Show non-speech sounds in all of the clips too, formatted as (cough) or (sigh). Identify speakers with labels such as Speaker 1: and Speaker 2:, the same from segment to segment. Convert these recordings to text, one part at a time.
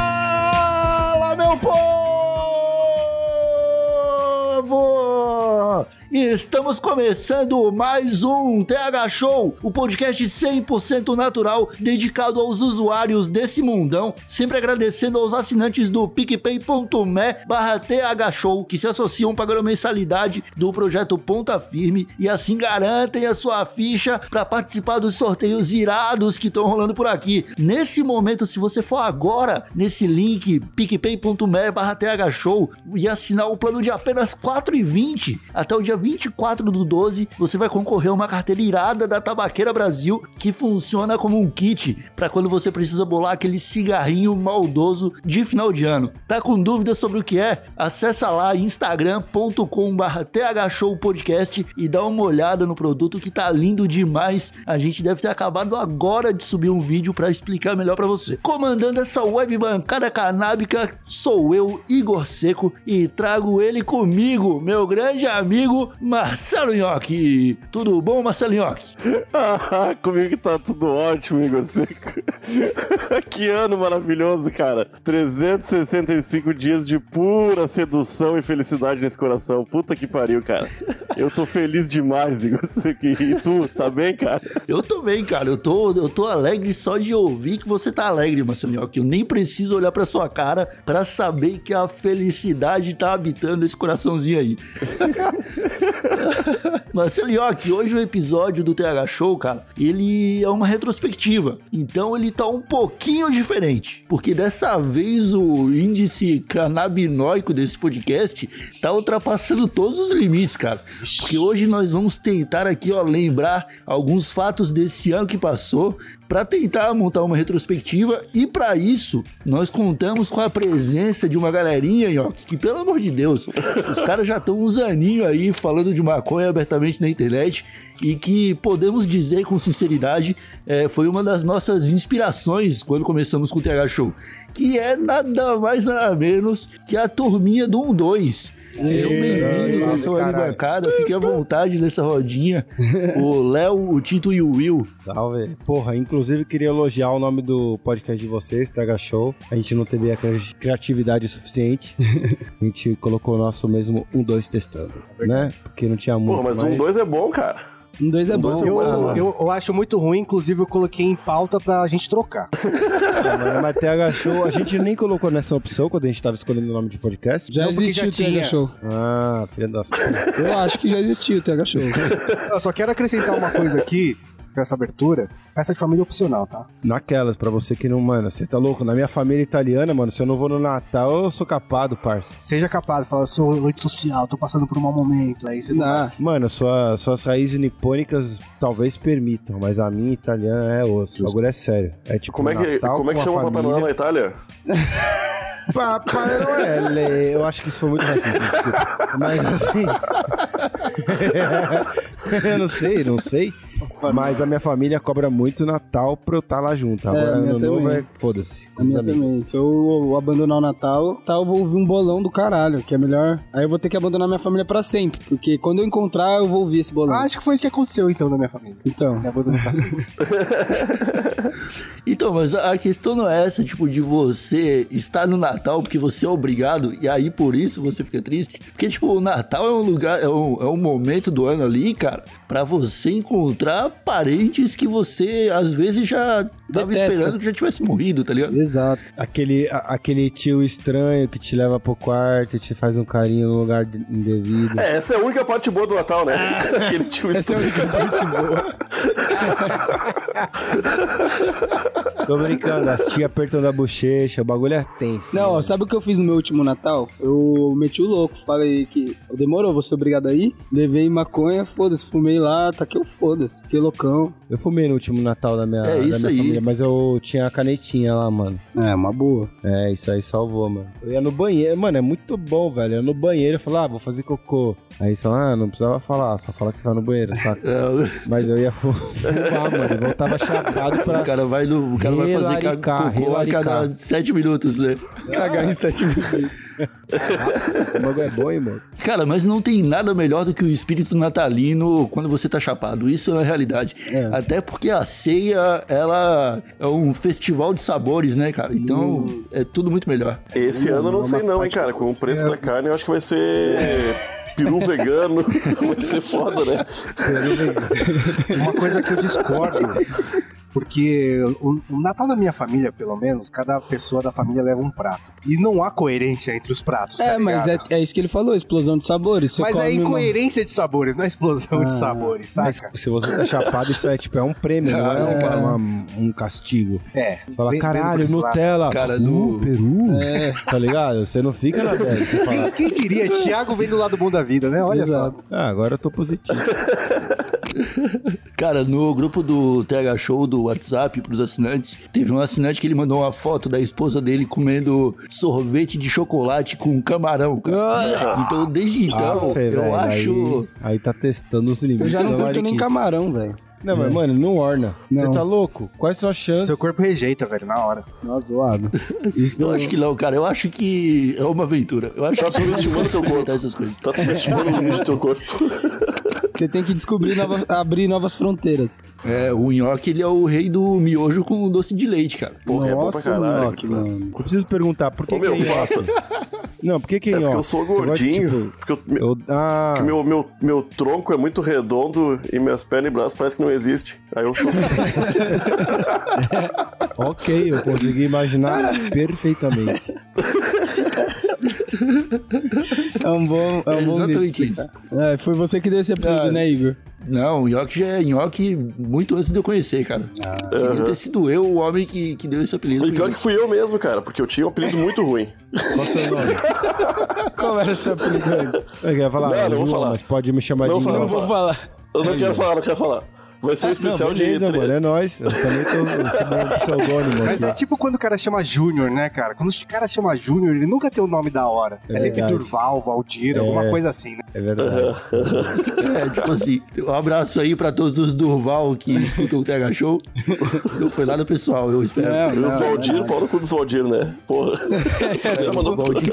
Speaker 1: Fala, meu povo! Estamos começando mais um TH Show, o podcast 100% natural dedicado aos usuários desse mundão, sempre agradecendo aos assinantes do picpay.me barra TH Show, que se associam pagando a mensalidade do projeto Ponta Firme e assim garantem a sua ficha para participar dos sorteios irados que estão rolando por aqui. Nesse momento, se você for agora nesse link picpay.me barra TH Show e assinar o plano de apenas R$ 4,20 até o dia 24 do 12, você vai concorrer a uma carteira irada da Tabaqueira Brasil que funciona como um kit para quando você precisa bolar aquele cigarrinho maldoso de final de ano. Tá com dúvida sobre o que é? Acessa lá instagram.com.br thshowpodcast e dá uma olhada no produto que tá lindo demais. A gente deve ter acabado agora de subir um vídeo para explicar melhor para você. Comandando essa web bancada canábica, sou eu, Igor Seco, e trago ele comigo, meu grande amigo Marcelo Nhoque. Tudo bom, Marcelo Nhoque?
Speaker 2: Ah, Comigo tá tudo ótimo, Igor Seco. (laughs) que ano maravilhoso, cara. 365 dias de pura sedução e felicidade nesse coração. Puta que pariu, cara. Eu tô feliz demais, Igor Seco. E tu, tá bem, cara?
Speaker 1: Eu tô bem, cara. Eu tô, eu tô alegre só de ouvir que você tá alegre, Marcelo Nhoque. Eu nem preciso olhar pra sua cara pra saber que a felicidade tá habitando esse coraçãozinho aí. Marcelo Nhoque, hoje o episódio do TH Show, cara, ele é uma retrospectiva. Então ele tá um pouquinho diferente. Porque dessa vez o índice canabinoico desse podcast tá ultrapassando todos os limites, cara. Porque hoje nós vamos tentar aqui, ó, lembrar alguns fatos desse ano que passou para tentar montar uma retrospectiva e para isso nós contamos com a presença de uma galerinha, Nhoque, que pelo amor de Deus, os caras já estão uns aninhos aí falando de maconha abertamente na internet e que podemos dizer com sinceridade eh, foi uma das nossas inspirações quando começamos com o TH Show, que é nada mais nada menos que a turminha do 1-2. Sejam
Speaker 3: Sim,
Speaker 1: bem-vindos
Speaker 3: caralho.
Speaker 1: à sua bancada, fique à vontade nessa rodinha. O Léo, o Tito e o Will
Speaker 4: Salve. Porra, inclusive queria elogiar o nome do podcast de vocês, Tega Show. A gente não teve a cri-
Speaker 2: (laughs)
Speaker 4: criatividade suficiente. a gente colocou o nosso mesmo 1-2 testando, né? Porque não tinha
Speaker 2: Pô,
Speaker 4: muito.
Speaker 2: É mas um, dois é bom, cara.
Speaker 4: Um, dois é
Speaker 2: um,
Speaker 4: bom.
Speaker 2: dois é
Speaker 4: Eu,
Speaker 2: bom.
Speaker 4: eu,
Speaker 2: Boa.
Speaker 5: Eu, eu acho muito ruim, inclusive eu coloquei em pauta pra gente trocar.
Speaker 4: mano, mas TH Show, a gente nem colocou nessa opção quando a gente tava escolhendo o nome de podcast.
Speaker 6: Já
Speaker 5: Não, porque
Speaker 6: existiu
Speaker 5: já
Speaker 6: o TH
Speaker 5: tinha.
Speaker 6: Show.
Speaker 4: Ah, filha das putas.
Speaker 6: (laughs) Eu acho que já existiu o TH Show.
Speaker 5: (laughs) Eu só quero acrescentar uma coisa aqui pra essa abertura. Festa de família é opcional, tá?
Speaker 4: Naquelas, pra você que não, mano, você tá louco? Na minha família italiana, mano, se eu não vou no Natal, eu sou capado, parça.
Speaker 5: Seja capaz, fala, sou rede social, tô passando por um mau momento. Aí você não.
Speaker 6: Não,
Speaker 4: Mano, sua- suas raízes nipônicas talvez permitam, mas a minha italiana é osso. O bagulho é sério. É tipo
Speaker 2: Como é que,
Speaker 4: Natal
Speaker 2: como é que
Speaker 4: com a
Speaker 2: chama o Papai Noel
Speaker 4: família.
Speaker 2: na Itália?
Speaker 4: Papai Noel. é, Eu acho que isso foi muito racista, desculpa. Mas assim... (laughs) eu não sei, não sei. Mas a minha família cobra muito Natal pra eu estar lá junto. Agora,
Speaker 6: a minha
Speaker 4: ano novo
Speaker 6: também.
Speaker 4: é... Foda-se. com
Speaker 6: a
Speaker 4: os
Speaker 6: minha
Speaker 4: amigos.
Speaker 6: também. Se eu abandonar o Natal, tá, eu vou ouvir um bolão do caralho, que é melhor. Aí eu vou ter que abandonar minha família pra sempre, porque quando eu encontrar, eu vou ouvir esse bolão.
Speaker 5: Ah, acho que foi isso que aconteceu então na minha família.
Speaker 6: Então,
Speaker 5: Me abandonou pra sempre.
Speaker 1: Então, mas a a questão não é essa, tipo, de você estar no Natal porque você é obrigado e aí por isso você fica triste. Porque, tipo, o Natal é um lugar, é um, é um momento do ano ali, cara, pra você encontrar parentes que você às vezes já tava
Speaker 6: Detesta.
Speaker 1: esperando que já tivesse morrido, tá ligado?
Speaker 6: (laughs) exato.
Speaker 4: Aquele, a- aquele tio estranho que te leva pro quarto e te faz um carinho no lugar de- indevido.
Speaker 2: É, essa é a única parte boa do Natal,
Speaker 4: (laughs)
Speaker 2: né? Aquele tio
Speaker 6: Essa é a única parte boa.
Speaker 4: Tô brincando, as tia apertando a bochecha, o bagulho é tenso.
Speaker 6: Não, ó,
Speaker 4: mano.
Speaker 6: sabe o que eu fiz no meu último Natal? Eu meti o louco, falei que demorou, vou ser obrigado aí. Levei maconha, foda-se, fumei lá, taquei o foda-se. Porque loucão.
Speaker 4: Eu fumei no último Natal da minha,
Speaker 1: É
Speaker 4: da
Speaker 1: isso
Speaker 4: minha
Speaker 1: aí.
Speaker 4: família, mas eu tinha a canetinha lá, mano.
Speaker 6: É, uma boa.
Speaker 4: É, isso aí salvou, mano. Eu ia no banheiro, mano, é muito bom, velho. Eu ia no banheiro eu falava, ah, vou fazer cocô. Aí só, ah, não precisava falar, só falar que você vai no banheiro, saca?
Speaker 6: (laughs)
Speaker 1: É,
Speaker 4: Mas eu ia fu- fumar, mano. Eu voltava chapado pra.
Speaker 1: O cara vai, no, o cara vai fazer ca-
Speaker 4: Relaricar,
Speaker 1: cocô a cada
Speaker 4: relaricar.
Speaker 1: sete minutos, né?
Speaker 6: Cagar em
Speaker 4: (laughs)
Speaker 6: sete minutos.
Speaker 4: Esse estômago é bom, hein, moço?
Speaker 1: Cara, mas não tem nada melhor do que o espírito natalino quando você tá chapado. Isso é a realidade. Até porque a ceia, ela é um festival de sabores, né, cara? Então
Speaker 4: Hum.
Speaker 1: é tudo muito melhor.
Speaker 2: Esse ano eu não sei não, hein, cara. Com o preço
Speaker 4: é.
Speaker 2: da carne, eu acho que vai ser peru vegano. (laughs) vai ser foda, né?
Speaker 5: Uma coisa que eu discordo, porque o, o Natal da minha família, pelo menos, cada pessoa da família leva um prato. E não há coerência entre os pratos, tá
Speaker 6: É, mas é,
Speaker 5: ligado?
Speaker 6: é isso que ele falou, explosão de sabores. Você
Speaker 5: Mas
Speaker 6: come
Speaker 5: é
Speaker 6: uma-
Speaker 5: incoerência de sabores, não é explosão de sabores, saca?
Speaker 4: Mas se você tá chapado, isso é tipo, é um prêmio, não é, um- uma- um castigo.
Speaker 5: É.
Speaker 4: Fala,
Speaker 5: vem- vem por
Speaker 4: caralho,
Speaker 5: esse lado.
Speaker 4: Nutella.
Speaker 1: Cara,
Speaker 4: uh,
Speaker 1: no-
Speaker 4: Peru. Tá ligado? Você não fica na velha. Você fala,
Speaker 5: Quem, quem diria? Thiago vem do lado bom da vida, né? Olha
Speaker 6: Exato.
Speaker 5: só.
Speaker 4: ah, agora eu tô positivo.
Speaker 1: Cara, no grupo do TH Show do WhatsApp pros assinantes, teve um assinante que ele mandou uma foto da esposa dele comendo sorvete de chocolate com camarão, cara. Então, desde então,
Speaker 4: Aff,
Speaker 1: eu
Speaker 4: Ah, velho,
Speaker 1: acho.
Speaker 4: Aí, aí tá testando os limites.
Speaker 6: Eu já não
Speaker 4: da
Speaker 6: curto nem
Speaker 4: mariquice.
Speaker 6: camarão, velho. É.
Speaker 4: Não, mas, mano, não orna. Você
Speaker 6: Não.
Speaker 4: tá louco? Quais são as chances?
Speaker 5: Seu corpo rejeita, velho, na hora.
Speaker 6: Nossa, Tá
Speaker 4: (laughs)
Speaker 6: zoado. Isso
Speaker 4: é-
Speaker 1: Eu acho que não, cara. Eu acho que é uma aventura. Eu acho
Speaker 2: Tá
Speaker 1: que você não
Speaker 2: subestimando
Speaker 1: pode (laughs)
Speaker 2: teu corpo.
Speaker 1: experimentar essas coisas.
Speaker 2: Tá subestimando o limite do teu corpo.
Speaker 6: Você tem que descobrir, nova- abrir novas fronteiras.
Speaker 1: É, o nhoque, ele é o rei do miojo com doce de leite, cara.
Speaker 2: Porra, é bom pra
Speaker 6: Nossa,
Speaker 2: caralho.
Speaker 6: Nhoque,
Speaker 2: cara.
Speaker 6: mano.
Speaker 4: Eu preciso perguntar, por que
Speaker 2: Ô, meu,
Speaker 4: quem
Speaker 2: faça.
Speaker 4: Não, por que quem
Speaker 2: É
Speaker 4: é
Speaker 2: porque eu sou gordinho. Porque eu-
Speaker 4: tipo, eu... Ah,
Speaker 2: que meu, meu, meu tronco é muito redondo e minhas pernas e braços parecem que não existem. Aí eu (laughs) chupo.
Speaker 4: ok, eu consegui imaginar perfeitamente.
Speaker 6: É um bom, é um
Speaker 1: É
Speaker 6: bom vídeo.
Speaker 1: exatamente isso.
Speaker 6: É, foi você que deu esse apelido,
Speaker 4: É.
Speaker 1: Ah.
Speaker 6: né, Igor?
Speaker 1: Não, o nhoque já é nhoque muito antes de eu conhecer, cara. Devia ter sido eu o homem que, que deu esse apelido.
Speaker 2: E
Speaker 1: pro
Speaker 2: pior que
Speaker 1: nhoque.
Speaker 2: fui eu mesmo, cara, porque eu tinha um apelido muito ruim.
Speaker 4: Qual o seu nome?
Speaker 6: Qual era o seu apelido antes?
Speaker 4: Eu queria falar,
Speaker 2: Não,
Speaker 4: ah,
Speaker 2: não vou
Speaker 4: João,
Speaker 2: falar.
Speaker 4: mas pode me chamar
Speaker 2: Não
Speaker 4: de
Speaker 2: vou
Speaker 6: Não
Speaker 4: Nhoque.
Speaker 2: falar.
Speaker 6: vou falar.
Speaker 2: Eu não quero falar, não quero falar. Vai ser um especial
Speaker 4: Ah, não, beleza,
Speaker 2: de.
Speaker 4: mano, é nóis. Eu também tô sabendo o pseudônimo
Speaker 5: Mas é
Speaker 4: aqui.
Speaker 5: tipo quando o cara chama Júnior, né, cara? Quando o cara chama Júnior, ele nunca tem o nome da hora. É,
Speaker 4: É
Speaker 5: sempre
Speaker 4: verdade.
Speaker 5: Durval, Valdir, alguma coisa assim, né?
Speaker 4: É verdade.
Speaker 1: É, tipo assim, um abraço aí pra todos os Durval que escutam o TH Show. Não foi nada pessoal, eu
Speaker 2: É,
Speaker 1: espero.
Speaker 6: Não,
Speaker 2: Os
Speaker 6: não, (laughs)
Speaker 4: Ah,
Speaker 2: Valdir, pau no cu dos Valdir, né? Porra.
Speaker 4: (laughs)
Speaker 2: Você mandou
Speaker 1: Valdir.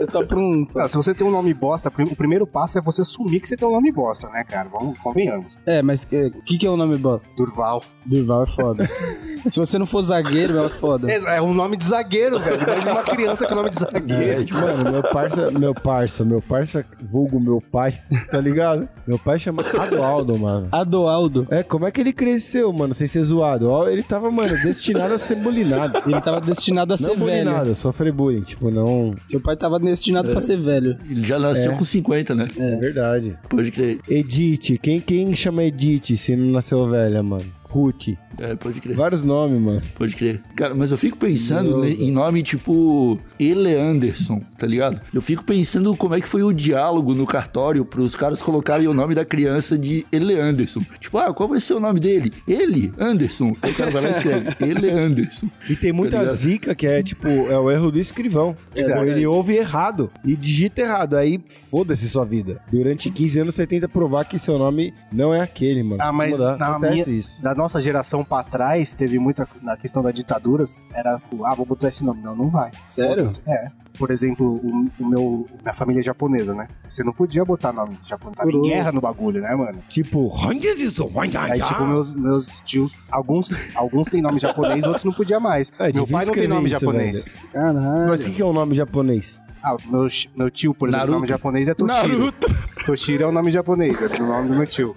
Speaker 6: é só pra um.
Speaker 5: Não, se você tem um nome bosta, prim- o primeiro passo é você assumir que você tem um nome bosta, né, cara? Vamos, convenhamos.
Speaker 6: É, mas é, o que, que é o nome bosta?
Speaker 5: Durval.
Speaker 6: Durval é foda.
Speaker 4: (laughs)
Speaker 6: Se você não for zagueiro, é foda.
Speaker 5: É, é um nome de zagueiro, velho. Imagina uma criança com nome de zagueiro.
Speaker 4: É, tipo, Mano, meu parça, meu parça, meu parça, vulgo meu pai, (laughs) tá ligado? Meu pai chama Adualdo, mano.
Speaker 6: Adoaldo.
Speaker 4: É, como é que ele cresceu, mano, sem ser zoado? Ó, ele tava, mano, destinado a ser bulinado.
Speaker 6: Ele tava destinado a
Speaker 4: Não é
Speaker 6: ser velho.
Speaker 4: bulinado, sofrer bullying. Tipo, não.
Speaker 6: Seu pai tava destinado
Speaker 1: É.
Speaker 6: pra ser velho.
Speaker 1: Ele já nasceu com 50, né?
Speaker 4: É verdade.
Speaker 1: Pode crer.
Speaker 4: Edith, quem, quem chama Edith se não nasceu velha, mano? Ruth.
Speaker 1: É, pode crer.
Speaker 4: Vários nomes, mano.
Speaker 1: Pode crer. Cara, mas eu fico pensando né, em nome tipo Ele Anderson, tá ligado? Eu fico pensando como é que foi o diálogo no cartório pros caras colocarem o nome da criança de Ele Anderson. Tipo, ah, qual vai ser o nome dele? Ele Anderson. Aí o cara vai lá e escreve
Speaker 6: (laughs)
Speaker 1: Ele Anderson. Tá,
Speaker 4: E tem muita
Speaker 1: ligado?
Speaker 4: zica que é, tipo, é o erro do escrivão. Tipo, ele ouve errado e digita errado. Aí, foda-se sua vida. Durante 15 anos você tenta provar que seu nome não é aquele, mano.
Speaker 5: Ah, mas
Speaker 4: Mudar.
Speaker 5: na
Speaker 4: Acontece
Speaker 5: minha-
Speaker 4: isso.
Speaker 5: Da nossa geração pra trás, teve muita. Na questão da ditaduras, era. tipo, Ah, vou botar esse nome. Não, não vai.
Speaker 6: Sério?
Speaker 5: É. Por exemplo, o, o meu, minha família é japonesa, né? Você não podia botar nome
Speaker 4: Uhum.
Speaker 5: japonês. Tava em
Speaker 6: Coroa.
Speaker 5: guerra no bagulho, né, mano?
Speaker 4: Tipo,
Speaker 2: Ah,
Speaker 5: Aí, tipo, meus, meus tios, alguns, alguns têm nome japonês, outros não podia mais.
Speaker 4: É,
Speaker 5: meu
Speaker 4: difícil
Speaker 5: pai não tem
Speaker 4: escrever
Speaker 5: nome
Speaker 4: isso,
Speaker 5: japonês.
Speaker 6: Caralho.
Speaker 4: mas o que que é o nome japonês?
Speaker 5: Ah, meu, chi- meu tio, por exemplo, o
Speaker 1: Naruto.
Speaker 5: nome japonês é Toshiro. (laughs) Toshiro é o nome japonês, é o nome do meu tio.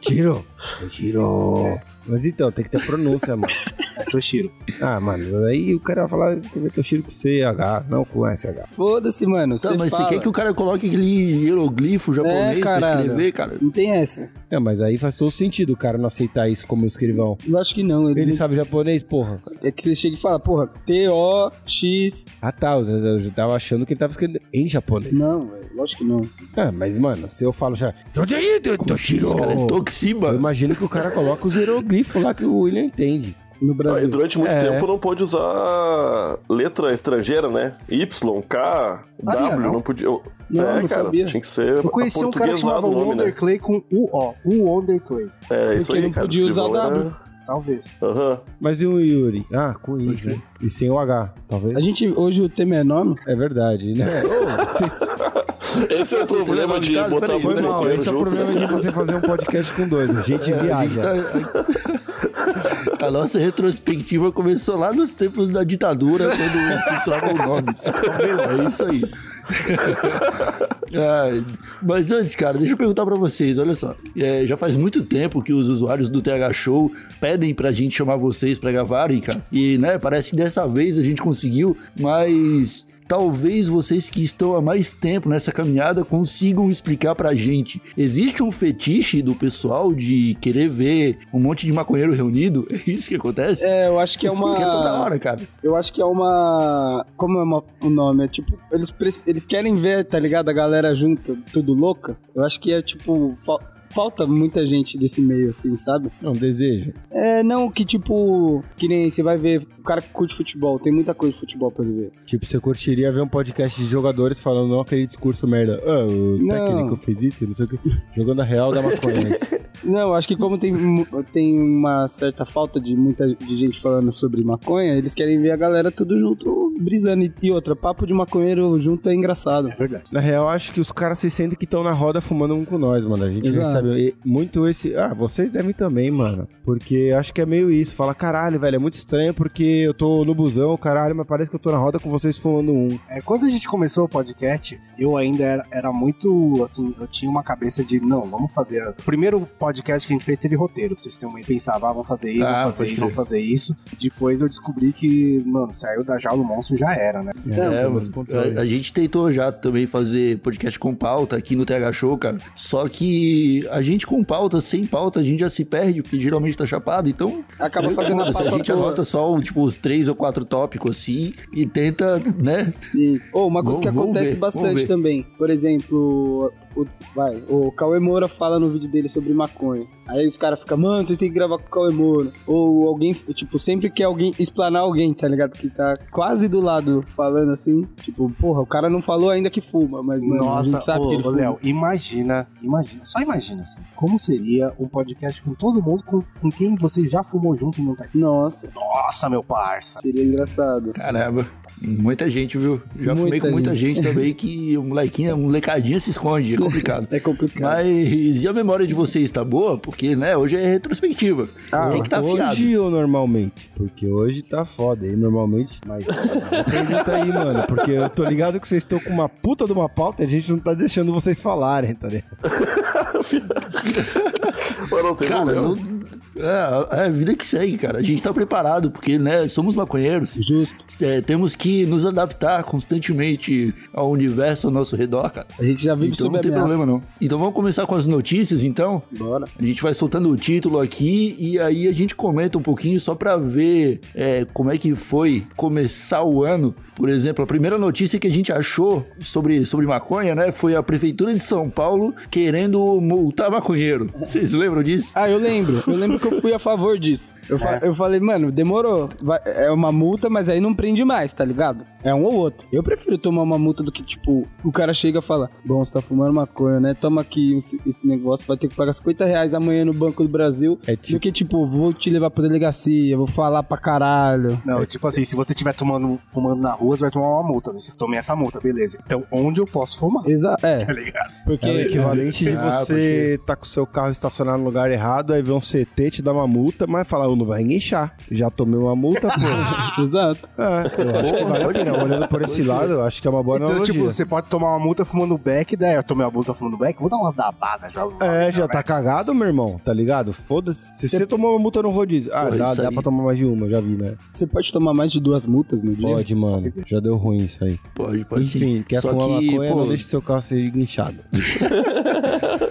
Speaker 4: Tiro. Tiro. Mas então, tem que ter pronúncia, mano.
Speaker 5: É
Speaker 2: (laughs)
Speaker 5: Toshiro.
Speaker 4: Ah, mano, aí o cara vai falar, escrever Toshiro com CH, não com SH.
Speaker 6: Foda-se, mano.
Speaker 1: Tá,
Speaker 6: Você
Speaker 1: mas
Speaker 6: fala. É,
Speaker 1: você quer que o cara coloque aquele hieroglifo japonês pra
Speaker 6: caralho.
Speaker 1: escrever, cara?
Speaker 6: Não tem essa.
Speaker 4: É, mas aí faz todo sentido o cara não aceitar isso como escrivão.
Speaker 6: Eu acho que não. Ele,
Speaker 4: Ele sabe japonês, porra.
Speaker 6: É que você chega e fala, porra, T-O-X.
Speaker 4: Ah tá, eu eu- eu tava achando que ele tava escrevendo em japonês.
Speaker 6: Não, velho. Lógico que não.
Speaker 4: É, mas, mano, se eu falo já. "Onde aí, do- do tiro?"
Speaker 1: Esse cara é
Speaker 4: Eu
Speaker 1: Toxiba.
Speaker 4: imagino que o cara coloca os hieroglifos lá que o William entende.
Speaker 6: No
Speaker 2: Ah, e
Speaker 6: Brasil.
Speaker 2: durante muito
Speaker 4: É.
Speaker 2: tempo não pôde usar letra estrangeira, né? Y, K,
Speaker 5: Sabia,
Speaker 2: W, não,
Speaker 5: não?
Speaker 2: podia. eu-
Speaker 6: Não,
Speaker 2: é,
Speaker 6: não
Speaker 2: cara,
Speaker 6: sabia.
Speaker 2: tinha que ser.
Speaker 5: Eu conheci um cara que chamava
Speaker 2: aportuguesado o nome,
Speaker 5: Wonder
Speaker 2: né?
Speaker 5: Clay com U-O. O Wonder Clay.
Speaker 2: É, isso
Speaker 6: porque
Speaker 2: aí,
Speaker 6: não
Speaker 2: cara.
Speaker 6: podia usar
Speaker 2: escrivão era-
Speaker 6: W.
Speaker 5: Talvez.
Speaker 2: Aham.
Speaker 4: Mas e o Yuri? Ah, com I. né? E sem o H, talvez.
Speaker 6: A gente, hoje o tema é nome?
Speaker 4: É verdade, né? Ô, vocês-
Speaker 2: Esse é o problema de
Speaker 1: levantado?
Speaker 2: botar
Speaker 1: Peraí,
Speaker 2: muito
Speaker 4: Foi mal,
Speaker 2: maconheiro
Speaker 4: esse é o
Speaker 2: junto, né,
Speaker 4: problema de você fazer um podcast com dois. A gente viaja.
Speaker 1: A nossa retrospectiva começou lá nos tempos da ditadura, quando se usavam
Speaker 6: (laughs)
Speaker 1: nomes. É isso aí. Ai, mas antes, cara, deixa eu perguntar pra vocês, olha só. É, já faz muito tempo que os usuários do TH Show pedem pra gente chamar vocês pra gravarem, cara. E, né, parece que dessa vez a gente conseguiu, mas talvez vocês que estão há mais tempo nessa caminhada consigam explicar pra gente. Existe um fetiche do pessoal de querer ver um monte de maconheiro reunido? É isso que acontece?
Speaker 6: É, eu acho que é uma.
Speaker 1: Porque é toda hora, cara.
Speaker 6: Eu acho que é uma. Como é uma- o nome? É tipo. Eles, prec- eles querem ver, tá ligado? A galera junta, tudo louca. Eu acho que é tipo. fal- Falta muita gente desse meio, assim, sabe?
Speaker 4: É um desejo.
Speaker 6: É, não que tipo. Que nem você vai ver o cara que curte futebol, tem muita coisa de futebol pra ele ver.
Speaker 4: Tipo, você curtiria ver um podcast de jogadores falando não aquele discurso merda. Ah, o
Speaker 6: Não.
Speaker 4: técnico fez isso, não sei o que. Jogando a real da maconha. assim.
Speaker 6: Não, eu acho que como tem, mu- tem uma certa falta de muita de gente falando sobre maconha, eles querem ver a galera tudo junto brisando. E- E outra, papo de maconheiro junto é engraçado.
Speaker 5: É verdade.
Speaker 4: na real, acho que os caras se sentem que estão na roda fumando um com nós, mano. A gente
Speaker 6: Exato.
Speaker 4: recebe e- muito esse. Ah, vocês devem também, mano. Porque acho que é meio isso. Fala, caralho, velho, é muito estranho porque eu tô no busão, caralho, mas parece que eu tô na roda com vocês fumando um.
Speaker 5: É, quando a gente começou o podcast, eu ainda era, era muito, assim, eu tinha uma cabeça de, não, vamos fazer... a- O primeiro podcast que a gente fez teve roteiro, pra vocês terem uma ideia. Pensava, ah, vamos fazer isso,
Speaker 1: Ah,
Speaker 5: vamos fazer
Speaker 1: pode
Speaker 5: isso,
Speaker 1: crer.
Speaker 5: vamos fazer isso. Depois eu descobri que, mano, saiu da jaula o monstro já era, né?
Speaker 1: É,
Speaker 4: pelo
Speaker 1: mano,
Speaker 4: contrário.
Speaker 1: a, a gente tentou já também fazer podcast com pauta aqui no TH Show, cara. Só que a gente com pauta, sem pauta, a gente já se perde, porque geralmente tá chapado. Então,
Speaker 6: Acaba fazendo a
Speaker 1: foda-se, a
Speaker 6: papa
Speaker 1: gente
Speaker 6: toda.
Speaker 1: anota só tipo, os três ou quatro tópicos assim e tenta, né?
Speaker 6: Sim. Ou uma coisa
Speaker 1: Vamos-
Speaker 6: que
Speaker 1: vamos
Speaker 6: acontece
Speaker 1: ver, vamos
Speaker 6: bastante
Speaker 1: ver.
Speaker 6: também. Por exemplo, o, vai, o Cauê Moura fala no vídeo dele sobre maconha. Aí os caras ficam, mano, vocês têm que gravar com o Cauê Moura. Ou alguém, tipo, sempre que alguém explanar alguém, tá ligado? Que tá quase do lado falando assim. Tipo, porra, o cara não falou ainda que fuma, mas mano, a
Speaker 5: Nossa,
Speaker 6: gente sabe
Speaker 5: ô,
Speaker 6: que ele um-
Speaker 5: ô,
Speaker 6: fuma.
Speaker 5: Léo, imagina, imagina, só imagina, assim, como seria um podcast com todo mundo com, com quem você já fumou junto e não tá aqui.
Speaker 6: Nossa,
Speaker 5: Nossa, meu parça!
Speaker 6: seria engraçado.
Speaker 1: Caramba, muita gente, viu? Já fumei
Speaker 6: Muita
Speaker 1: com muita
Speaker 6: gente.
Speaker 1: gente também que o molequinho, um molecadinho se esconde, é
Speaker 6: (laughs)
Speaker 1: complicado.
Speaker 6: É complicado.
Speaker 1: Mas e a memória de vocês tá boa? Porque, né, hoje é retrospectiva.
Speaker 6: Ah,
Speaker 1: Tem que tá afiado.
Speaker 4: Hoje ou normalmente? Porque hoje tá foda. E normalmente, mas. Pergunta aí, mano. Porque eu tô ligado que vocês estão com uma puta de uma pauta e a gente não tá deixando vocês falarem, tá ligado?
Speaker 2: Mas não tem
Speaker 1: Cara,
Speaker 2: problema.
Speaker 1: não... é, é a vida que segue, cara. A gente tá preparado, porque, né, somos maconheiros.
Speaker 6: Justo.
Speaker 1: É, temos que nos adaptar constantemente ao universo ao nosso redor, cara.
Speaker 6: A gente já vive
Speaker 1: Então
Speaker 6: sob
Speaker 1: não tem
Speaker 6: ameaça.
Speaker 1: problema, não. Então vamos começar com as notícias, então.
Speaker 6: Bora.
Speaker 1: A gente vai soltando o título aqui e aí a gente comenta um pouquinho só pra ver é, como é que foi começar o ano. Por exemplo, a primeira notícia que a gente achou sobre, sobre maconha, né, foi a Prefeitura de São Paulo querendo multar maconheiro. Vocês lembram disso?
Speaker 6: Ah, eu lembro. Eu lembro que eu fui a favor disso. Eu, fa- eu falei, mano, demorou. Vai- é uma multa, mas aí não prende mais, tá ligado? É um ou outro. Eu prefiro tomar uma multa do que, tipo, o cara chega e fala: Bom, você tá fumando maconha, né? Toma aqui esse, esse negócio, vai ter que pagar 50 reais amanhã no Banco do Brasil.
Speaker 4: É
Speaker 6: Do que, tipo, vou te levar pra delegacia, vou falar pra caralho.
Speaker 5: Não, tipo assim, se você estiver tomando, fumando na rua, você vai tomar uma multa. Né? Você tomei essa multa, beleza. Então, onde eu posso fumar?
Speaker 6: Exato. É,
Speaker 5: Tá ligado?
Speaker 6: porque.
Speaker 4: É o equivalente de
Speaker 1: Ah,
Speaker 4: você tá com seu carro estacionado no lugar errado, aí vê um CT, te dá uma multa, mas fala, eu não vai enguixar. Já tomei uma multa, pô.
Speaker 6: (laughs) Exato.
Speaker 4: É, eu acho que vale a pena. Olhando por esse lado, eu acho que é uma boa
Speaker 5: então,
Speaker 4: analogia.
Speaker 5: tipo, você pode tomar uma multa fumando back, daí eu tomei uma multa fumando back, vou dar umas dabadas, jogo.
Speaker 4: É, já tá cagado, meu irmão, tá ligado? Foda-se. Se você tomou uma multa no rodízio. Ah,
Speaker 1: Porra,
Speaker 4: dá,
Speaker 1: isso
Speaker 4: dá
Speaker 1: aí.
Speaker 4: pra tomar mais de uma, já vi, né?
Speaker 6: Você pode tomar mais de duas multas no dia?
Speaker 4: Pode, mano.
Speaker 5: Acidente.
Speaker 4: Já deu ruim isso aí.
Speaker 1: Pode, pode
Speaker 4: Enfim,
Speaker 1: sim.
Speaker 4: quer
Speaker 1: Só
Speaker 4: fumar
Speaker 1: que,
Speaker 4: maconha,
Speaker 1: pô,
Speaker 4: não deixe seu carro ser guinchado.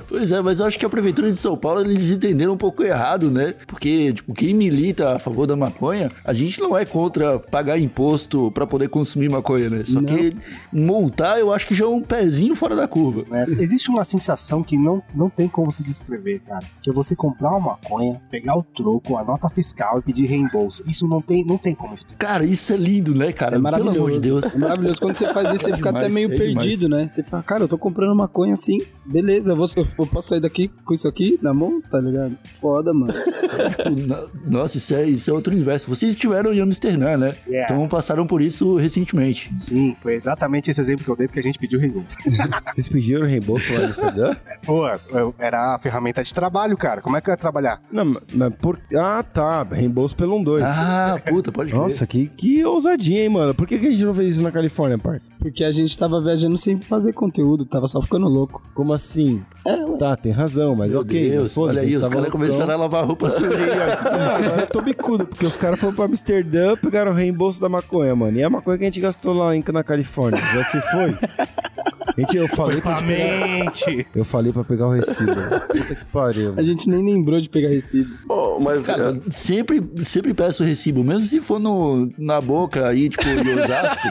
Speaker 1: Pois é, mas eu acho que a prefeitura de São Paulo eles entenderam um pouco errado. errado, né? Porque, tipo, quem milita a favor da maconha, a gente não é contra pagar imposto pra poder consumir maconha, né? Só que multar eu acho que já é um pezinho fora da curva.
Speaker 5: né? Existe uma sensação que não, não tem como se descrever, cara. Que é você comprar uma maconha, pegar o troco, a nota fiscal e pedir reembolso. Isso não tem, não tem como explicar.
Speaker 1: Cara, isso é lindo, né, cara?
Speaker 6: É maravilhoso.
Speaker 1: Pelo amor de
Speaker 4: (laughs)
Speaker 1: Deus.
Speaker 6: É maravilhoso. Quando você faz isso, você
Speaker 1: É
Speaker 6: fica até
Speaker 1: demais,
Speaker 6: meio
Speaker 1: é demais.
Speaker 6: perdido, né? Você fala, cara, eu tô comprando maconha assim, beleza, eu, vou- eu posso sair daqui com isso aqui na mão, tá ligado? Foda, mano.
Speaker 1: Tipo, na- Nossa, isso é, isso é outro universo. Vocês estiveram em Amsterdã, né?
Speaker 5: Yeah.
Speaker 1: Então passaram por isso recentemente.
Speaker 5: Sim, foi exatamente esse exemplo que eu dei porque a gente pediu reembolso.
Speaker 4: Eles pediram reembolso lá no Sedã?
Speaker 5: (laughs) Pô, eu- era a ferramenta de trabalho, cara. Como é que eu ia trabalhar?
Speaker 4: Não, mas- mas por... Ah, tá. Reembolso pelo 1, 2.
Speaker 1: Ah, puta, pode crer.
Speaker 4: Nossa, que, que ousadia, hein, mano? Por que, que a gente não fez isso na Califórnia, parça?
Speaker 6: Porque a gente tava viajando sem fazer conteúdo, tava só ficando louco.
Speaker 4: Como assim? Tá, tem razão, mas
Speaker 1: Meu
Speaker 4: ok.
Speaker 1: Deus,
Speaker 4: mas foda-se,
Speaker 1: olha
Speaker 4: a
Speaker 1: aí,
Speaker 4: gente
Speaker 1: os
Speaker 4: tava
Speaker 1: caras
Speaker 4: loucão.
Speaker 1: começaram a lavar roupa suja aí, ó.
Speaker 4: (laughs) Não, agora eu tô bicudo, porque os caras foram pra Amsterdã, pegaram o reembolso da maconha, mano. E a maconha que a gente gastou lá em, na Califórnia, já se (laughs) foi. Gente, eu falei pra gente pegar,
Speaker 5: Mente!
Speaker 4: Eu falei pra pegar o recibo. Puta que pariu.
Speaker 6: A gente nem lembrou de pegar recibo.
Speaker 2: Bom, mas
Speaker 1: Cara, sempre, sempre peço o recibo, mesmo se for no, na boca aí, tipo, em Osasco,